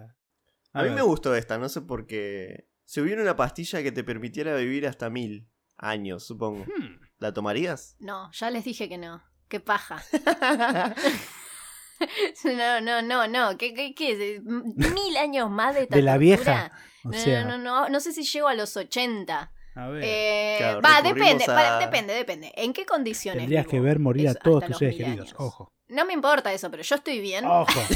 S2: A
S3: Ah.
S2: mí me gustó esta, no sé por qué. Si hubiera una pastilla que te permitiera vivir hasta mil años, supongo,
S3: Hmm.
S2: ¿la tomarías?
S4: No, ya les dije que no. Qué paja. No, no, no, no. ¿Qué, qué, qué es? Eh, Mil años más de esta
S3: De la
S4: tortura?
S3: vieja. O
S4: No,
S3: sea,
S4: no, no, no. No sé si llego a los 80.
S3: a ver.
S4: Eh,
S2: Claro,
S4: va,
S2: recurrimos
S4: depende,
S2: a-
S4: va, depende, depende. ¿En qué condiciones?
S3: Tendrías
S4: vivo?
S3: que ver morir a
S4: Eso,
S3: todos
S4: hasta
S3: tus
S4: los
S3: seres
S4: mil
S3: queridos.
S4: años.
S3: Ojo. Oh.
S4: No me importa eso, pero yo estoy bien.
S3: Ojo.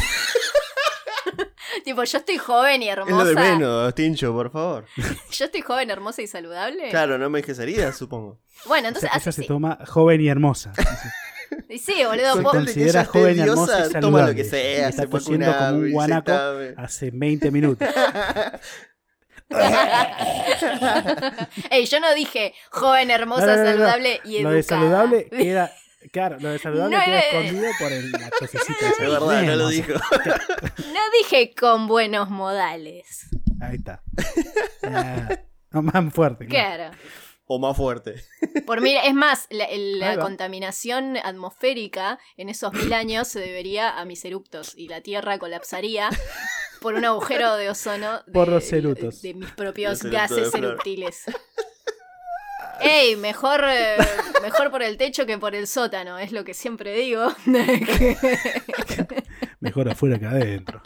S4: Tipo, yo estoy joven y
S2: es lo de
S4: hermosa.
S2: menos, Tincho, por favor.
S4: Yo estoy joven, hermosa y saludable.
S2: Claro, no me envejezarías, supongo.
S4: Bueno,
S3: O sea,
S4: entonces
S3: ella
S4: así
S3: se
S4: sí.
S3: toma joven y hermosa.
S4: Y sí, boludo.
S3: Se
S4: po-
S3: con- considera
S2: Con tal de que
S3: joven,
S2: ella esté
S3: hermosa y
S2: diosa, Toma lo
S3: saludable.
S2: que
S3: Y
S2: sea,
S3: está
S2: se fue
S3: cosiendo como un
S2: cunable,
S3: guanaco. Ah,
S2: visitable.
S3: Hace 20 minutos.
S4: Ey, yo no dije joven, hermosa,
S3: No, no, no, no.
S4: saludable y educada.
S3: Lo de saludable queda. Claro, lo de saludable
S4: No,
S3: queda
S4: eh.
S3: escondido por el, la cosecita.
S2: Es verdad, no lo dijo.
S4: No dije con buenos modales.
S3: Ahí está. Ah, no más fuerte. claro.
S4: Claro.
S2: O más fuerte.
S4: Por mira, es más, la, el- la
S3: Ahí va.
S4: contaminación atmosférica en esos mil años se debería a mis eructos y la Tierra colapsaría por un agujero de ozono de,
S3: Por los eructos.
S4: de, mis propios
S2: Los eructos
S4: gases
S2: de Flor.
S4: eructiles. Ey, mejor, eh, mejor por el techo que por el sótano, es lo que siempre digo.
S3: Mejor afuera que adentro.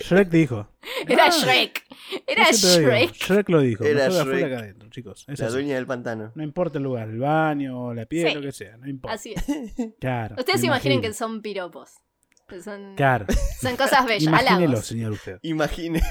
S3: Shrek dijo. Ah.
S4: Era Shrek. Era
S3: Yo siempre lo digo,
S4: Shrek.
S3: Shrek lo dijo.
S2: Era
S3: mejor afuera
S2: Shrek.
S3: que adentro, chicos. Es
S2: La
S3: así.
S2: dueña del pantano.
S3: No importa el lugar, el baño, la piel,
S4: Sí.
S3: lo que sea, no importa.
S4: Así es.
S3: Claro.
S4: Ustedes
S3: me
S4: se imaginen
S3: imagino.
S4: que son piropos. Que Son,
S3: Claro.
S4: son cosas bellas,
S3: Imagínelo,
S4: halagos.
S3: señor usted.
S2: Imagine.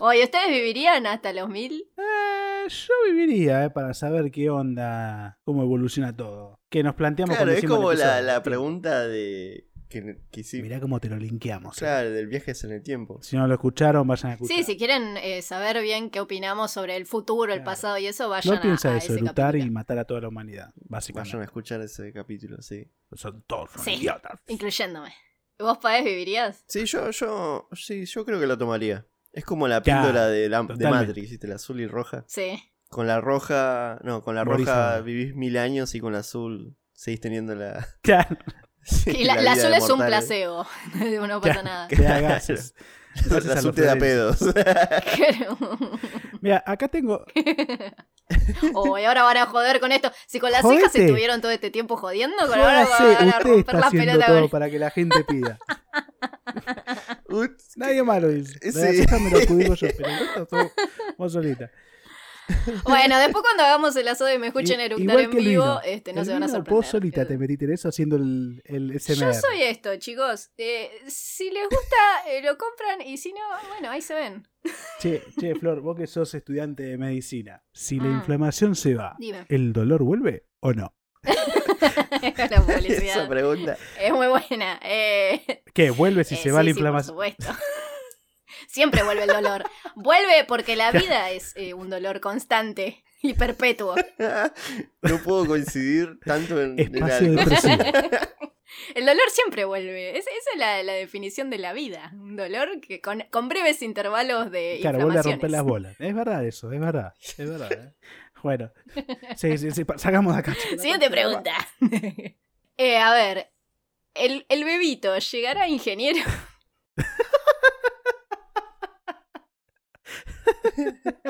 S4: Oye, ¿ustedes vivirían hasta los mil?
S3: Eh, yo viviría eh, para saber qué onda, cómo evoluciona todo. Que nos planteamos
S2: Claro,
S3: cuando
S2: es
S3: hicimos el
S2: como la,
S3: episodio.
S2: la pregunta de. Que, que sí.
S3: Mirá cómo te lo linkeamos. eh.
S2: Claro, del viaje en el tiempo.
S3: Si no lo escucharon, vayan a escuchar.
S4: Sí, si quieren eh, saber bien qué opinamos sobre el futuro, el
S3: Claro.
S4: pasado y eso, vayan
S3: No piensa
S4: a, a
S3: eso,
S4: ese
S3: eructar y
S4: capítulo.
S3: matar a toda la humanidad, básicamente.
S2: Vayan a escuchar ese capítulo, sí.
S3: Son todos unos
S4: Sí.
S3: idiotas.
S4: Incluyéndome. ¿Vos, Paez, vivirías?
S2: Sí, yo, yo, sí, yo creo que lo tomaría. Es como la
S3: Claro,
S2: píldora de, la, de
S3: totalmente.
S2: Matrix, ¿viste? La azul y roja.
S4: Sí.
S2: Con la roja. No, con la
S3: Morís
S2: roja
S3: ahora.
S2: vivís mil años y con la azul seguís teniendo la.
S3: Claro,
S4: Y la, la
S2: vida
S4: azul
S2: de
S4: es un
S2: mortales.
S4: placebo. no pasa nada.
S3: te da gases.
S2: La
S3: Gases a
S2: azul
S3: los
S2: te da
S3: Florencia.
S2: pedos.
S3: Mira, acá tengo.
S4: Oh, y ahora van a joder con esto. Si con las hijas se
S3: Jodete.
S4: estuvieron todo este tiempo jodiendo, con ahora
S3: Ya sé,
S4: van a
S3: usted
S4: romper
S3: está
S4: las
S3: haciendo
S4: pelotas.
S3: todo
S4: con-
S3: para que la gente pida.
S2: Ut-
S3: Nadie más lo dice.
S2: Sí.
S3: La gaseosa me lo adjudico yo, pero el resto todo vos solita.
S4: Bueno, después cuando hagamos el asado y me escuchen
S3: I-
S4: eructar
S3: igual
S4: en
S3: que el
S4: vivo,
S3: vino.
S4: este, no
S3: El
S4: se van a
S3: vino,
S4: sorprender.
S3: Vos solita te metiste en eso haciendo el, el
S4: Yo
S3: SMR.
S4: soy esto, chicos. Eh, si les gusta, eh, lo compran y si no, bueno, ahí se ven.
S3: Che, che, Flor, vos que sos estudiante de medicina, si la
S4: Mm.
S3: inflamación se va,
S4: Dime.
S3: ¿el dolor vuelve o no?
S4: La
S2: Esa
S4: publicidad
S2: pregunta.
S4: es muy buena. Eh,
S3: ¿Qué? ¿Vuelve si
S4: Eh,
S3: se va
S4: sí,
S3: la
S4: sí, por
S3: inflamación?
S4: supuesto. Siempre vuelve el dolor. Vuelve porque la vida es eh, un dolor constante y perpetuo.
S2: No puedo coincidir tanto en, en
S3: Espacio
S2: algo.
S3: depresivo.
S4: El dolor siempre vuelve. Es- esa es la, la definición de la vida. Un dolor que con, con breves intervalos de
S3: Claro, vuelve a
S4: inflamaciones.
S3: romper las bolas. Es verdad eso, es verdad. Es verdad. ¿eh? Bueno, sí, sí, sí, pa- sacamos de acá.
S4: Siguiente pregunta. Eh, a ver, ¿el, el bebito llegará ingeniero?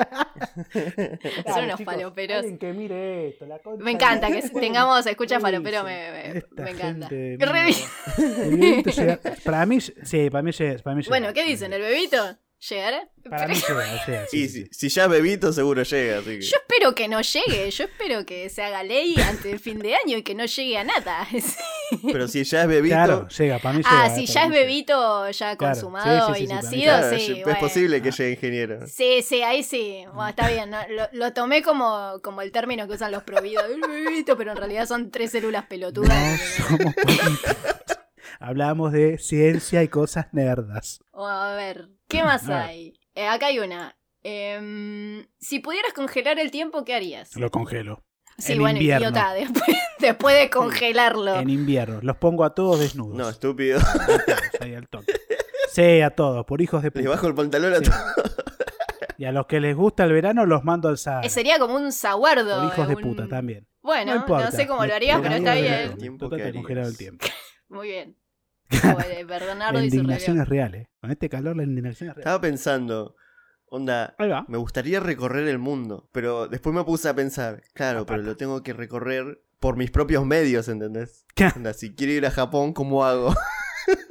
S4: Son unos faloperos.
S3: Alguien que mire esto, la concha
S4: Me
S3: de-
S4: encanta que tengamos escucha
S3: Uy,
S4: falopero,
S3: sí.
S4: me, me-
S3: Esta
S4: me encanta.
S3: gente de
S4: Qué re-
S3: mierda. El bebito llega- Para mí, sí, para mí llega. Para mí llega.
S4: Bueno, ¿qué dicen? ¿El bebito llegará?
S3: Para mí llega, llega, sí,
S2: Y
S3: sí,
S2: si,
S3: sí.
S2: si ya bebito, seguro llega. Así que...
S4: Yo espero que no llegue, yo espero que se haga ley antes del fin de año y que no llegue a nada.
S2: Pero si ya es bebito.
S3: Claro, llega, para mí llega.
S4: ah, si
S3: para
S4: ya es
S3: mí llega.
S4: bebito ya
S3: Claro, sí,
S4: consumado
S3: sí, sí, sí,
S4: y
S3: para mí
S4: nacido,
S2: claro,
S4: sí.
S2: es
S4: bueno.
S2: posible que llegue ingeniero.
S4: Sí, sí, ahí sí. Bueno, está bien, ¿no? lo, lo tomé como, como el término que usan los prohibidos el bebito, pero en realidad son tres células
S3: No
S4: pelotudas.
S3: somos políticos. Hablamos de ciencia y cosas nerdas.
S4: O, a ver, ¿qué más
S3: A ver.
S4: hay? Eh, acá hay una. Em, si pudieras congelar el tiempo, ¿qué harías?
S3: Lo congelo.
S4: Sí,
S3: en
S4: bueno,
S3: invierno.
S4: idiota, después, después de congelarlo.
S3: En invierno. Los pongo a todos desnudos.
S2: No, estúpido.
S3: Ahí al toque. Sí, a todos, por hijos de
S2: Le
S3: puta.
S2: bajo el pantalón a
S3: Sí.
S2: todo.
S3: Y a los que les gusta el verano los mando al Sahara.
S4: Eh, Sería como un saguardo.
S3: Por hijos
S4: eh,
S3: de puta
S4: un-
S3: también.
S4: Bueno, no,
S3: importa.
S4: sé cómo lo
S2: harías,
S4: haría,
S2: no
S4: pero
S2: hay
S4: está
S2: problema.
S4: bien.
S2: Tiempo
S3: Trata
S2: que
S3: de
S2: harías.
S3: congelar el tiempo.
S4: Muy bien. Pobre Bernardo
S3: La
S4: y su
S3: indignación
S4: rebelión.
S3: es real, ¿eh? Con este calor la indignación es real.
S2: Estaba pensando, onda,
S3: Ahí va.
S2: me gustaría recorrer el mundo, pero después me puse a pensar, claro, pero
S3: pata.
S2: lo tengo que recorrer por mis propios medios, ¿entendés?
S3: Claro.
S2: Onda, si quiero ir a Japón, ¿cómo hago?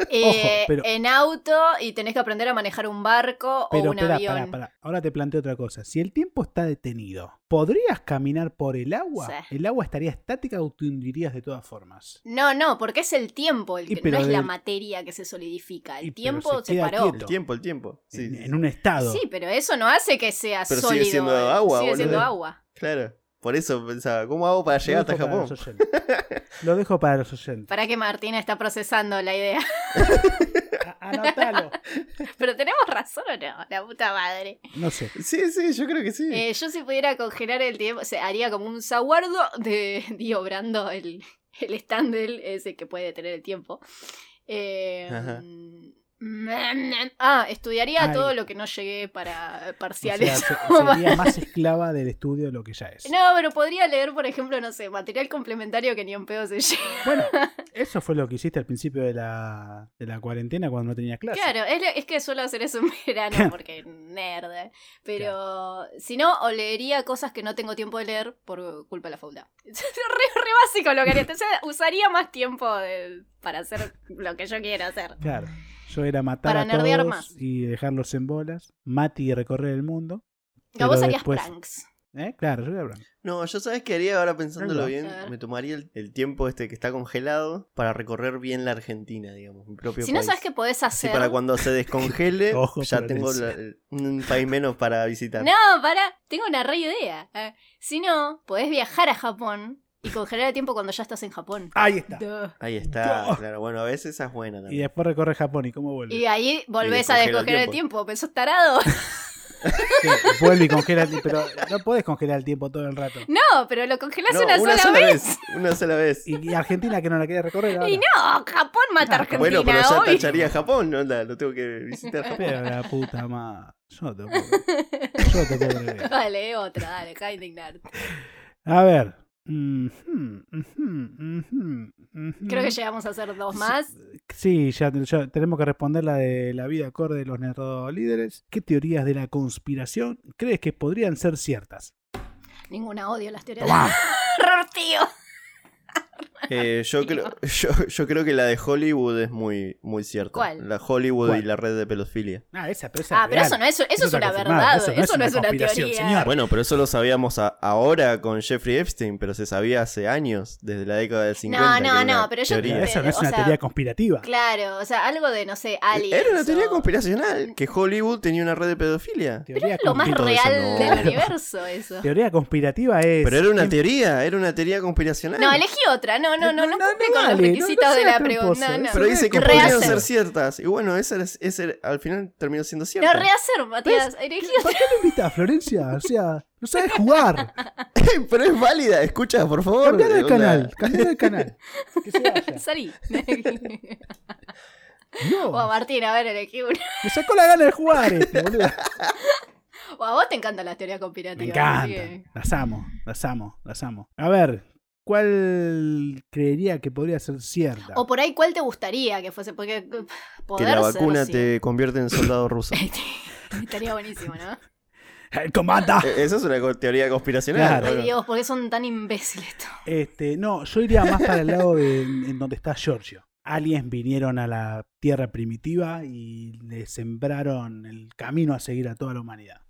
S4: Eh,
S3: Ojo, pero-
S4: En auto y tenés que aprender a manejar un barco o
S3: Pero
S4: un
S3: espera,
S4: avión.
S3: pará, pará. Ahora te planteo otra cosa. Si el tiempo está detenido, ¿podrías caminar por el agua?
S4: Sí.
S3: El agua estaría estática o te hundirías de todas formas.
S4: No, no, porque es el tiempo, el
S3: Y
S4: que,
S3: pero
S4: no es la
S3: del-
S4: materia que se solidifica. El
S3: Y pero
S4: tiempo
S3: se
S4: se,
S3: queda
S4: paró.
S2: El
S3: No.
S2: tiempo, el tiempo. Sí,
S3: en,
S2: sí,
S3: en un estado.
S4: Sí, pero eso no hace que sea
S2: Pero sigue
S4: sólido.
S2: siendo
S4: eh,
S2: agua,
S4: Sigue siendo
S2: boludo.
S4: agua.
S2: claro. Por eso pensaba, ¿cómo hago para
S3: Lo
S2: llegar hasta
S3: dejo para
S2: Japón?
S3: los oyentes. Lo dejo para los oyentes.
S4: Para que Martina está procesando la idea.
S3: A- anotalo.
S4: Pero tenemos razón o no, la puta madre.
S3: No sé.
S2: Sí, sí, yo creo que sí.
S4: Eh, yo si pudiera congelar el tiempo, o sea, haría como un saguardo de Dio Brando, el, el stand del ese que puede detener el tiempo. Eh,
S2: Ajá.
S4: mm, ah, estudiaría
S3: Ay.
S4: todo lo que no llegué para
S3: O sea,
S4: parciales.
S3: se- sería más esclava del estudio de lo que ya es.
S4: no, pero podría leer, por ejemplo, no sé, material complementario que ni en pedo se llega.
S3: Bueno, eso fue lo que hiciste al principio de la, de la cuarentena cuando no tenías clase.
S4: Claro, es, lo- es que suelo hacer eso en verano porque nerd. eh. Pero si no, o leería cosas que no tengo tiempo de leer por culpa de la facultad. Es re, re básico lo que haría. O sea, usaría más tiempo de- para hacer lo que yo quiero hacer.
S3: Claro. Yo era matar
S4: Para
S3: a
S4: nerdear
S3: todos
S4: más.
S3: y dejarlos en bolas. Mati y recorrer el mundo.
S4: No, vos
S3: Pero
S4: harías
S3: después-
S4: pranks.
S3: ¿Eh? Claro, yo era Bran.
S2: No, yo sabes que haría ahora pensándolo
S3: Ahí
S2: bien,
S4: A ver.
S2: me tomaría el, el tiempo este que está congelado para recorrer bien la Argentina, digamos, mi propio
S4: Si no
S2: país.
S4: sabes qué podés
S2: Así
S4: hacer.
S2: para cuando se descongele,
S3: Ojo
S2: ya
S3: para
S2: tengo
S3: eso.
S2: la- el- un país menos para visitar.
S4: No, para, tengo una re idea. Eh, si no, podés viajar a Japón y congelar el tiempo cuando ya estás en Japón.
S3: Ahí está.
S4: Duh.
S2: Ahí está,
S3: No.
S2: claro. Bueno, a veces esa es buena
S3: Y
S2: también.
S3: después recorre Japón y cómo vuelve.
S4: Y ahí volvés a
S2: descongela el
S4: descoger el
S2: tiempo.
S4: tiempo. ¿Pensás tarado?
S3: Sí, vuelve y congela el tiempo. Pero no podés congelar el tiempo todo el rato.
S4: No, pero lo congelás
S2: No,
S4: una, sola, vez.
S2: Una sola vez.
S3: Y, y Argentina que no la quiere recorrer. ahora.
S4: Y no, Japón mata a Argentina.
S2: bueno, pero ya
S4: obvio.
S2: tacharía Japón, ¿no? La- lo tengo que visitar Japón.
S3: Pero la puta madre. Yo no te puedo. Yo no te puedo creer.
S4: Dale, otra, dale, acá indignarte.
S3: A ver. Mhm, mhm, mhm, mhm.
S4: Creo que llegamos a hacer dos más.
S3: Sí, ya, ya tenemos que responder la de la vida acorde de los nerdolíderes. ¿Qué teorías de la conspiración crees que podrían ser ciertas?
S4: Ninguna odio las teorías.
S3: Tomá.
S4: Horror, tío.
S2: Eh, yo, creo, yo, yo creo que la de Hollywood es muy, muy cierta.
S4: ¿Cuál?
S2: La Hollywood
S3: ¿Cuál?
S2: y la red de pedofilia.
S3: Ah, esa, pero esa
S4: Ah,
S3: es
S4: pero
S3: real.
S4: eso no es, eso
S3: Eso
S4: es
S3: está
S4: una
S3: confirmado,
S4: verdad,
S3: eso
S4: eso,
S3: no es una
S4: no es una
S3: conspiración,
S4: teoría.
S3: señor.
S2: Bueno, pero eso lo sabíamos a- ahora con Jeffrey Epstein, pero se sabía hace años, desde la década del 50. que
S4: no,
S2: era una
S4: no, pero yo
S2: teoría.
S4: creo
S3: Esa no es
S4: o
S3: una
S4: sea,
S3: teoría conspirativa.
S4: Claro, o sea, algo de, no sé, aliens.
S2: Era una teoría
S4: o-
S2: conspiracional, que Hollywood tenía una red de pedofilia.
S4: Pero
S3: Teoría
S4: es lo más
S3: conspirativa.
S2: Tipo de
S4: real
S2: eso,
S4: del
S2: no.
S4: universo eso.
S3: Teoría conspirativa es.
S2: Pero era una teoría, era una teoría conspiracional.
S4: No, elegí otra, no, no, no, no, cumple con los
S3: vale,
S4: requisitos
S3: no
S4: de
S3: sea
S4: la
S3: tramposo,
S4: pregunta. No,
S3: eso
S2: Pero
S3: no
S2: dice
S3: es
S2: que
S4: Rehacer.
S2: podrían
S3: conspiración.
S2: ser ciertas. Y bueno, esa, era- esa era- al final terminó siendo
S4: no,
S2: cierta.
S4: rehacer, Matías, elegí otra.
S3: ¿Por qué me invitas, Florencia? O sea, no sabes jugar.
S2: pero es válida, escucha, por favor.
S3: Cambiar de
S2: Onda.
S3: canal, cambiar de canal. Que se vaya.
S4: Salí. O a
S3: No,
S4: Martín, a ver, elegí una.
S3: me sacó la gana de jugar este, boludo.
S4: O a vos te encantan las teorías conspirativas.
S3: Me
S4: así
S3: encanta.
S4: que-
S3: Las amo, las amo, las amo. A ver, ¿cuál creería que podría ser cierta?
S4: O por ahí, ¿cuál te gustaría que fuese? Porque eh,
S2: Que
S4: poder
S2: la
S4: ser,
S2: vacuna
S4: sí.
S2: te convierte en soldado ruso.
S4: Estaría buenísimo, ¿no?
S3: ¡El comanda!
S2: Eh, Esa es una co- teoría conspiracional.
S3: Claro.
S4: Ay,
S2: ¿no?
S4: Dios, ¿por qué son tan imbéciles todos?
S3: Este, no, yo iría más para el lado de en donde está Giorgio. Aliens vinieron a la tierra primitiva y le sembraron el camino a seguir a toda la humanidad.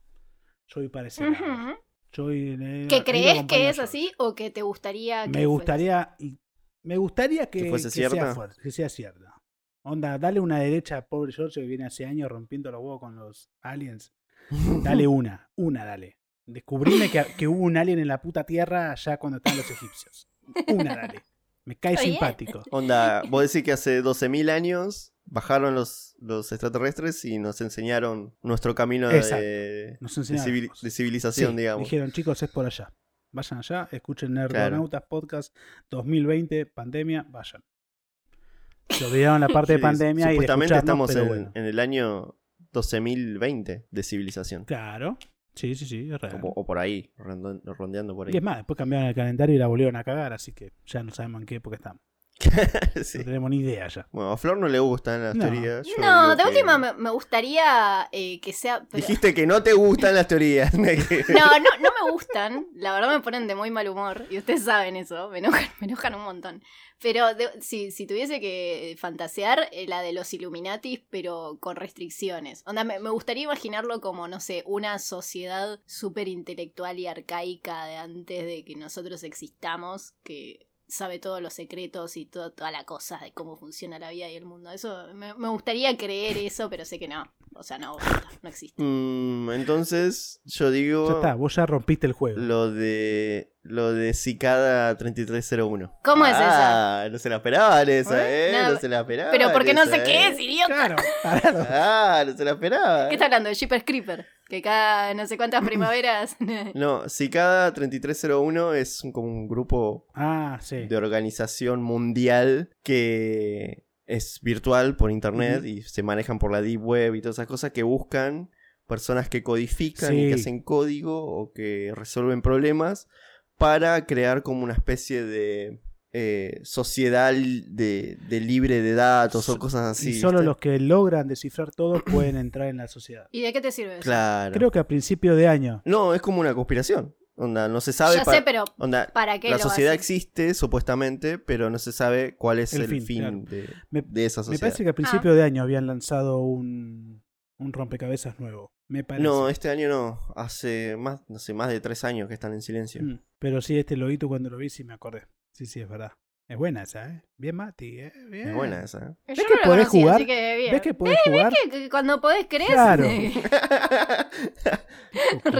S3: Yo voy para ese lado.
S4: Ujú.
S3: Yo voy, eh, ahí
S4: ¿Que
S3: lo
S4: crees
S3: acompaño
S4: que
S3: a
S4: es
S3: Giorgio.
S4: así o que te gustaría Ah, que
S3: Me gustaría, y- me gustaría que,
S2: ¿Que fuese
S3: que sea
S2: cierta?
S3: fuer- que sea cierta. Onda, dale una derecha a pobre Giorgio que viene hace años rompiendo los huevos con los aliens. Dale una, una dale. Descubrime que, que hubo un alien en la puta tierra allá cuando estaban los egipcios. Una dale. Me cae
S4: Está bien.
S3: simpático.
S2: Onda, vos decís que hace 12.000 años bajaron los, los extraterrestres y nos enseñaron nuestro camino de,
S3: Exacto.
S2: de
S3: Nos enseñaron.
S2: civil- de civilización,
S3: Sí,
S2: digamos.
S3: Dijeron, chicos, es por allá. Vayan allá, escuchen
S2: Claro.
S3: Nerdonautas Podcast 2020, pandemia, vayan. Se olvidaron la parte de
S2: Sí,
S3: pandemia y de
S2: Supuestamente
S3: escucharnos,
S2: estamos
S3: pero
S2: en,
S3: bueno.
S2: en el año 12.020 de civilización.
S3: Claro. Sí, sí, sí, es real.
S2: O, o por ahí, rondo- rondeando por ahí.
S3: Y es más, después cambiaron el calendario y la volvieron a cagar, así que ya no sabemos en qué época estamos.
S2: Sí.
S3: No tenemos ni idea ya.
S2: Bueno, a Flor no le gustan las
S3: No.
S2: teorías. yo
S4: No,
S2: digo
S4: de
S2: que-
S4: última me, me gustaría eh, que sea. pero-
S2: Dijiste que no te gustan las teorías.
S4: No, no, no me gustan. La verdad me ponen de muy mal humor. Y ustedes saben eso. Me enojan, me enojan un montón. Pero de- si, si tuviese que fantasear, eh, la de los Illuminatis, pero con restricciones. Onda, me, me gustaría imaginarlo como, no sé, una sociedad súper intelectual y arcaica de antes de que nosotros existamos, que sabe todos los secretos y todo, toda la cosa de cómo funciona la vida y el mundo. Eso, me, me gustaría creer eso, pero sé que no. O sea, no, no existe.
S2: Mm, entonces, yo digo
S3: Ya está, vos ya rompiste el juego.
S2: lo de lo de Cicada 3301.
S4: ¿Cómo es
S2: Ah, no se la esperaban esa,
S4: ¿Eh?
S2: ¿eh?
S4: No,
S2: No, se la esperaban.
S4: Pero porque no
S2: esa,
S4: sé qué
S2: ¿eh?
S4: es, idiota.
S3: Claro, parado.
S2: Ah, no se la esperaba.
S4: ¿Qué está hablando? De Jeepers Creeper. Que cada no sé cuántas primaveras.
S2: No, Cicada 3301 es un- como un grupo
S3: Ah, sí.
S2: de organización mundial que es virtual por internet
S3: Ujú.
S2: y se manejan por la deep web y todas esas cosas que buscan personas que codifican y
S3: Sí.
S2: que hacen código o que resuelven problemas para crear como una especie de eh, sociedad li- de, de libre de datos o
S3: So-
S2: cosas así.
S3: y solo
S2: ¿viste?
S3: los que logran descifrar todo pueden entrar en la sociedad.
S4: ¿Y de qué te sirve eso?
S2: Claro.
S3: Creo que a principio de año.
S2: No, es como una conspiración. Onda, no se sabe.
S4: Ya
S2: pa-
S4: sé, pero
S2: Onda,
S4: ¿para qué
S2: la
S4: lo
S2: sociedad
S4: hacen?
S2: existe, supuestamente, pero no se sabe cuál es el,
S3: El
S2: fin,
S3: fin, claro.
S2: de,
S3: Me-
S2: de esa
S3: Me
S2: sociedad.
S3: parece que a
S4: Ah.
S3: principio de año habían lanzado un, un rompecabezas nuevo. Me parece.
S2: No, este año no. Hace más, no sé, más de tres años que están en silencio.
S3: Mm, Pero sí, este loguito cuando lo vi, sí me acordé. Sí, sí, es verdad. Es buena esa, ¿eh? Bien, Mati, ¿eh? Bien.
S2: Es buena esa. ¿eh?
S4: Yo
S3: ¿Ves
S4: no
S3: que
S4: lo
S3: podés
S4: conocí,
S3: jugar?
S4: así que bien. Eh,
S3: ¿Ves que podés jugar?
S4: Que- que Cuando podés creer.
S3: Claro.
S4: Re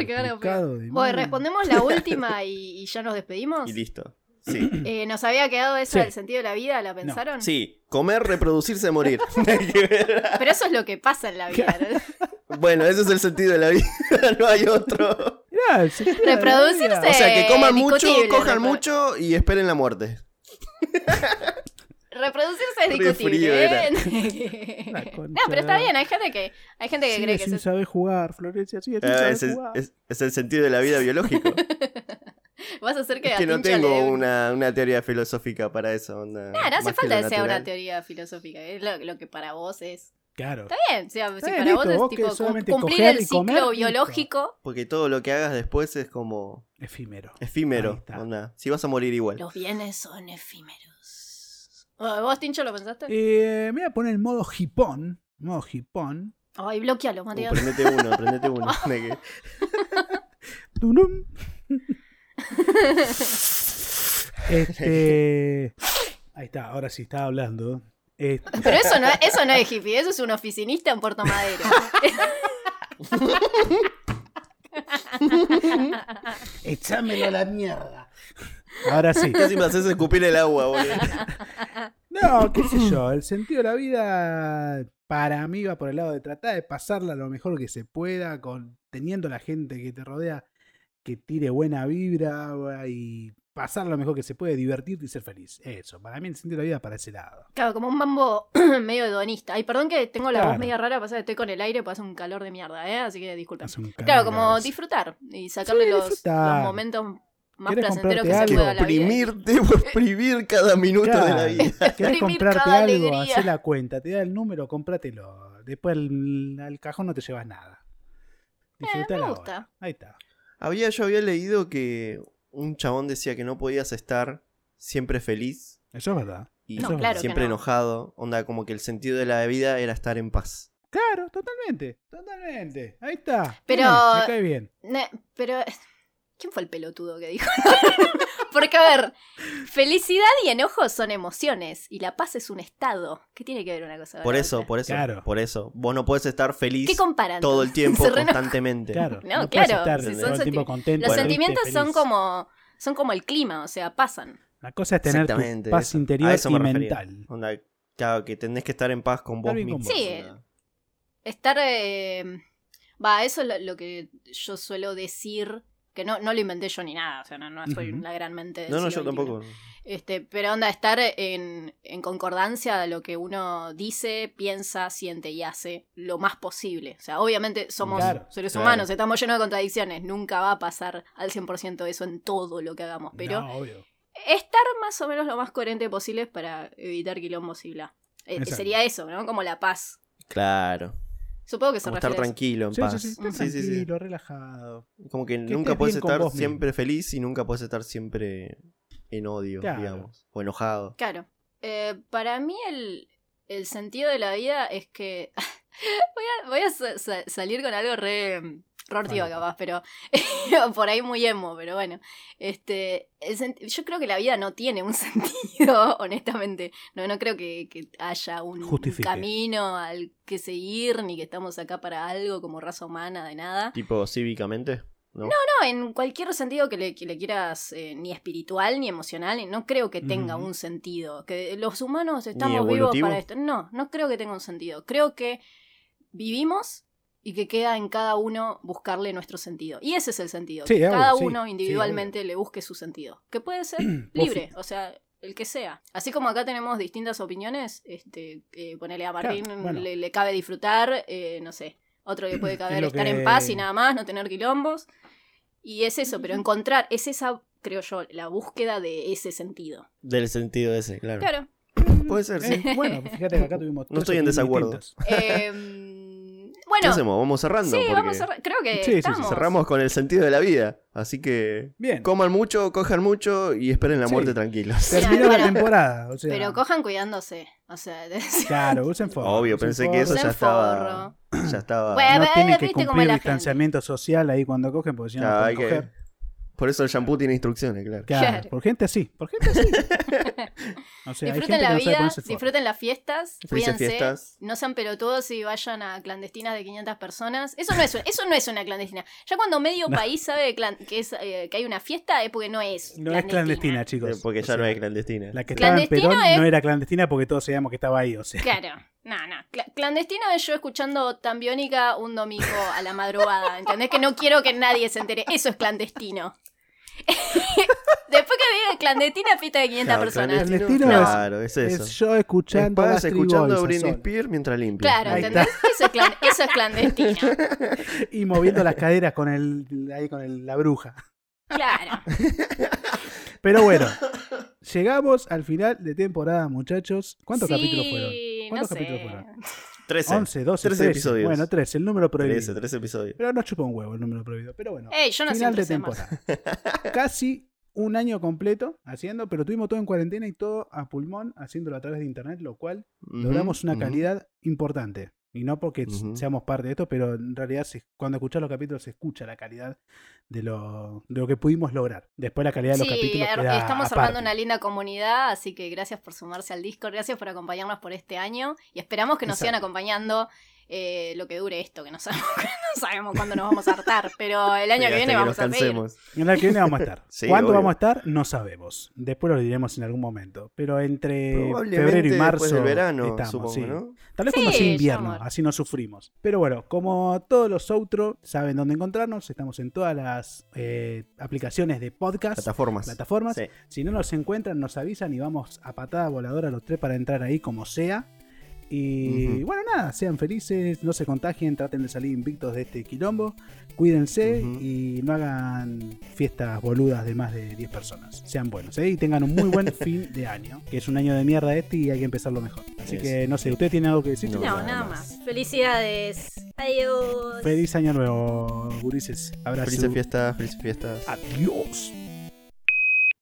S4: que van a
S3: Complicado de
S4: Bueno, pues,
S3: madre.
S4: respondemos la última y, y ya nos despedimos.
S2: Y listo. Sí.
S4: Eh, ¿Nos había quedado eso
S3: Sí.
S4: del sentido de la vida? ¿La pensaron?
S2: Sí, comer, reproducirse, morir.
S4: Pero eso es lo que pasa en la vida. ¿no?
S2: bueno, ese es el sentido de la vida, no hay otro.
S3: Mirá, el sentido de la
S4: Reproducirse.
S3: vida.
S2: O sea, que coman mucho,
S4: Discutible,
S2: cojan
S4: repro-
S2: mucho y esperen la muerte.
S4: Reproducirse es
S2: Re frío
S4: discutible.
S2: era.
S4: ¿eh?
S3: La
S4: no,
S3: concha
S4: pero está bien. Hay gente que, hay gente que
S3: Sigue
S4: cree que
S3: sin
S4: se
S3: saber jugar, Florencia, sigue sin
S2: Ah,
S3: saber
S2: es, el,
S3: jugar.
S2: es- es el sentido de la vida biológico.
S4: Vas a hacer que
S2: es que no
S4: Gatincha le dé
S2: tengo
S4: un-
S2: una, una teoría filosófica para eso. Onda.
S4: Nah, no
S2: Más
S4: hace
S2: que
S4: falta
S2: lo
S4: que sea una
S2: natural.
S4: teoría filosófica, es lo, lo que para vos es
S3: Claro.
S4: Está bien, o sea, si
S3: bien,
S4: para
S3: listo,
S4: vos es
S3: vos que
S4: tipo cum-
S3: solamente
S4: cumplir
S3: coger
S4: el
S3: y
S4: ciclo
S3: comer, listo.
S4: biológico,
S2: Porque todo lo que hagas después es como
S3: Efímero. Ahí
S2: efímero.
S3: está.
S2: onda, Si vas a morir igual.
S4: los bienes son efímeros. Ah, ¿Vos, Tincho, lo pensaste?
S3: Eh, me voy a poner en modo hipón. Modo hipón.
S4: Ay, bloquealo,
S2: Uh,
S4: Matías.
S2: prendete uno, prendete uno. De que-
S3: Turum. Este. Ahí está, ahora sí está hablando. Este,
S4: Pero eso no, eso no es hippie, eso es un oficinista en Puerto Madero.
S3: Échamelo a la mierda. Ahora sí.
S2: Casi me haces escupir el agua, boludo.
S3: No, qué sé yo. El sentido de la vida para mí va por el lado de tratar de pasarla lo mejor que se pueda, con, teniendo la gente que te rodea que tire buena vibra va, y pasar lo mejor que se puede, divertirte y ser feliz. Eso, para mí el sentido de la vida para ese lado.
S4: Claro, como un mambo medio hedonista. Ay, perdón que tengo la
S3: Claro.
S4: voz media rara, pasa que estoy con el aire, pasa un calor de mierda, ¿eh? Así que disculpen.
S3: Hace un
S4: Claro,
S3: calor,
S4: como
S3: sí.
S4: disfrutar y sacarle
S3: Sí,
S4: los,
S3: disfrutar.
S4: los momentos más
S3: ¿Querés
S4: placenteros
S3: comprarte
S4: que se
S3: algo?
S4: pueda a la vida. Eh,
S2: Oprimir, debo exprimir cada minuto de la
S3: Claro.
S2: vida.
S3: ¿Querés
S4: Exprimir
S3: comprarte
S4: cada
S3: algo?
S4: alegría.
S3: Hacé la cuenta, te da el número, cómpratelo. Después al, al cajón no te llevas nada. Disfrutá
S4: Eh, me
S3: la
S4: gusta.
S3: hora. Ahí está.
S2: Había, yo había leído que un chabón decía que no podías estar siempre feliz
S3: Eso es verdad.
S2: y
S3: No, claro que
S2: siempre
S4: no.
S2: enojado. Onda, como que el sentido de la vida era estar en paz.
S3: Claro, totalmente, totalmente. Ahí está.
S4: Pero-
S3: Bien, me cae bien.
S4: Ne- pero, ¿quién fue el pelotudo que dijo? Porque, a ver, felicidad y enojo son emociones y la paz es un estado. ¿Qué tiene que ver una cosa con
S2: Por
S4: la
S2: eso,
S4: otra?
S2: por eso,
S3: Claro.
S2: por eso. Vos no podés estar feliz
S4: ¿Qué comparan?
S2: todo el tiempo,
S4: Se re enoja.
S2: constantemente.
S3: Claro.
S4: No,
S3: puedes
S4: claro,
S3: estar
S2: si son
S3: todo el
S4: senti-
S3: tiempo contento,
S4: Los
S2: Bueno,
S3: triste,
S4: sentimientos son
S3: feliz.
S4: como, son como el clima, o sea, pasan.
S3: La cosa es tener tu
S2: Exactamente,
S3: paz
S2: eso. A
S3: interior
S2: eso
S3: y
S2: me refería.
S3: mental.
S2: Onda, claro, que tenés que estar en paz con
S3: Estar
S2: vos
S3: bien
S2: mismo.
S3: con
S4: vos. Sí.
S2: onda.
S4: Estar. eh, Va, eso es lo, lo que yo suelo decir. Que no, no lo inventé yo ni nada. O sea, no, no soy
S3: Ujú.
S4: la gran mente del
S2: No, no, yo
S4: siglo XXI.
S2: tampoco.
S4: Este, pero onda, estar en, en concordancia de lo que uno dice, piensa, siente y hace lo más posible. O sea, obviamente somos
S3: Claro,
S4: seres
S2: claro.
S4: humanos, estamos llenos de contradicciones. Nunca va a pasar al 100% eso en todo lo que hagamos. Pero
S3: No, obvio.
S4: estar más o menos lo más coherente posible para evitar quilombos y bla. Eh,
S3: Exacto.
S4: sería eso, ¿no? Como la paz.
S2: Claro.
S4: Supongo que se
S2: Como estar
S4: refiere a eso.
S2: tranquilo, en
S3: Sí, sí,
S2: paz.
S3: sí, estar
S2: Sí, sí, sí.
S3: tranquilo, relajado.
S2: Como que,
S3: Que
S2: nunca
S3: estés
S2: puedes
S3: bien con
S2: estar
S3: vos mismo.
S2: siempre feliz y nunca puedes estar siempre en odio,
S3: Claro.
S2: digamos. O enojado.
S4: Claro. Eh, para mí el, el sentido de la vida es que... voy a, voy a sa- sa- salir con algo re... mm, re ortiva
S3: Vale.
S4: capaz, pero por ahí muy emo, pero bueno. Este, el sen- yo creo que la vida no tiene un sentido, honestamente. No, no creo que, que haya un, un
S3: Justifique.
S4: camino al que seguir, ni que estamos acá para algo como raza humana, de nada.
S2: Tipo cívicamente. No,
S4: No, en cualquier sentido que le, que le quieras, eh, ni espiritual ni emocional, y no creo que tenga
S3: Ujú.
S4: un sentido. Que los humanos estamos vivos
S2: evolutivo?
S4: para esto. No, no creo que tenga un sentido. Creo que vivimos y que queda en cada uno buscarle nuestro sentido. Y ese es el sentido.
S3: Sí,
S4: que
S3: obvio,
S4: cada
S3: sí,
S4: uno
S3: sí,
S4: individualmente le busque su sentido. Que puede ser libre, o sea, el que sea. Así como acá tenemos distintas opiniones, este, eh, ponele a Martín,
S3: Claro, bueno.
S4: le, le cabe disfrutar, eh, no sé, otro le puede caber
S3: lo
S4: estar
S3: que-
S4: en paz y nada más, no tener quilombos. Y es eso, pero encontrar, es esa, creo yo, la búsqueda de ese sentido.
S2: Del sentido ese, claro.
S4: Claro.
S2: Puede ser, sí.
S3: Eh, bueno, fíjate que acá tuvimos.
S2: No
S3: tres
S2: estoy en
S3: opiniones
S2: desacuerdo.
S3: distintas.
S4: Eh,
S2: ¿Qué
S4: bueno, sí,
S2: hacemos? Vamos cerrando. porque
S4: vamos a cerrar. Creo que
S3: Sí, sí, sí,
S4: estamos.
S2: Cerramos con el sentido de la vida. Así que
S3: Bien.
S2: coman mucho, cojan mucho y esperen la
S3: Sí.
S2: muerte tranquilos.
S4: Pero-
S3: Terminó la
S4: Bueno,
S3: temporada. O sea,
S4: Pero cojan cuidándose. O sea,
S3: Claro, usen forro.
S2: Obvio,
S3: usen
S2: pensé
S3: forro.
S2: que eso
S4: Usen
S2: ya estaba. Ya estaba.
S4: Bueno,
S3: No
S4: Eh,
S3: tienen que
S4: viste cómo
S3: cumplir
S4: la
S3: distanciamiento social ahí cuando cogen, porque si no,
S2: Ya,
S3: no
S2: hay
S3: pueden
S2: que-
S3: coger.
S2: Por eso el shampoo tiene instrucciones, claro.
S3: Claro,
S4: Claro.
S3: por gente así, por gente así. O sea, hay gente
S4: disfruten la
S3: que no sabe
S4: vida,
S3: ponerse forro.
S4: disfruten las fiestas,
S2: Felices
S4: cuídense,
S2: fiestas.
S4: no sean pelotudos y vayan a clandestinas de 500 personas. Eso no es, una- eso no es una clandestina. Ya cuando medio
S3: No.
S4: país sabe de clan- que, es, eh, que hay una fiesta es porque no es
S3: No es clandestina, chicos.
S2: eh, Porque
S3: O
S2: ya
S3: sea,
S2: no hay clandestina.
S3: La
S2: Sí.
S3: que estaba en
S4: Clandestino
S3: Perón
S4: es-
S3: no era clandestina porque todos sabíamos que estaba ahí, o sea.
S4: Claro, no, no. Cla- clandestino es yo escuchando Tambiónica un domingo a la madrugada, ¿entendés? Que no quiero que nadie se entere. Eso es clandestino. Después que diga clandestina, fiesta de 500
S2: Claro,
S4: personas.
S2: clandestino,
S3: Clandestino es-
S2: Claro, es eso.
S3: Es yo escuchando a
S2: Espadas
S3: Backstreet
S2: escuchando a
S3: Boys a
S2: Britney
S3: sol.
S2: Spears mientras limpia.
S4: Claro,
S3: Ahí
S4: ¿entendés? Eso es, clan- eso es clandestino.
S3: y moviendo las caderas con el ahí con el- la bruja.
S4: Claro.
S3: Pero bueno, llegamos al final de temporada, muchachos. ¿Cuántos
S4: Sí,
S3: capítulos fueron?
S4: No
S3: ¿Cuántos
S4: sé.
S3: capítulos fueron?
S2: 13.
S3: 11, 12,
S2: 13
S3: 13.
S2: episodios.
S3: Bueno, 13, el número prohibido.
S2: 13, 13 episodios.
S3: Pero no chupa un huevo el número prohibido. Pero bueno,
S4: Ey, yo no
S3: final
S4: siempre
S3: de
S4: sé más.
S3: temporada. Casi un año completo haciendo, pero tuvimos todo en cuarentena y todo a pulmón haciéndolo a través de internet, lo cual logramos una
S2: Ujú, ujú.
S3: calidad importante. Y no porque s-
S2: Ujú.
S3: seamos parte de esto, pero en realidad se- cuando escuchás los capítulos se escucha la calidad de lo, de lo que pudimos lograr. Después la calidad de los
S4: Sí,
S3: capítulos.
S4: ar-
S3: queda
S4: estamos
S3: aparte.
S4: armando una linda comunidad, así que gracias por sumarse al Discord, gracias por acompañarnos por este año y esperamos que nos sigan
S2: Exacto.
S4: acompañando eh, lo que dure esto, que no sabemos, no sabemos cuándo nos vamos a hartar, pero el año
S2: Hasta
S4: que viene
S2: nos
S4: vamos a seguir.
S2: cansemos.
S3: En la que viene vamos a estar.
S2: Sí,
S3: ¿Cuándo
S2: obvio.
S3: vamos a estar? No sabemos. Después lo diremos en algún momento. Pero entre
S2: Probablemente
S3: febrero y marzo
S2: después del verano,
S3: estamos,
S2: supongo,
S3: sí.
S2: ¿no?
S3: Tal vez cuando
S4: Sí,
S3: sea invierno,
S4: Summer.
S3: así no sufrimos. Pero bueno, como todos los outros, saben dónde encontrarnos. Estamos en todas las eh, aplicaciones de podcast,
S2: Plataformas.
S3: plataformas.
S2: Sí.
S3: Si no nos encuentran, nos avisan y vamos a patada voladora los tres para entrar ahí como sea. Y
S2: Ujú.
S3: bueno, nada, sean felices, no se contagien, traten de salir invictos de este quilombo, cuídense
S2: Ujú.
S3: y no hagan fiestas boludas de más de 10 personas. Sean buenos, ¿eh? Y tengan un muy buen fin de año, que es un año de mierda este y hay que empezarlo mejor. Así
S2: Es.
S3: que no sé, ¿ustedes tienen algo que decir?
S2: No,
S3: chicos?
S4: No, nada más. Felicidades. Adiós.
S3: Feliz año nuevo, gurises. Abrazo.
S2: Felices fiestas, felices fiestas.
S3: Adiós.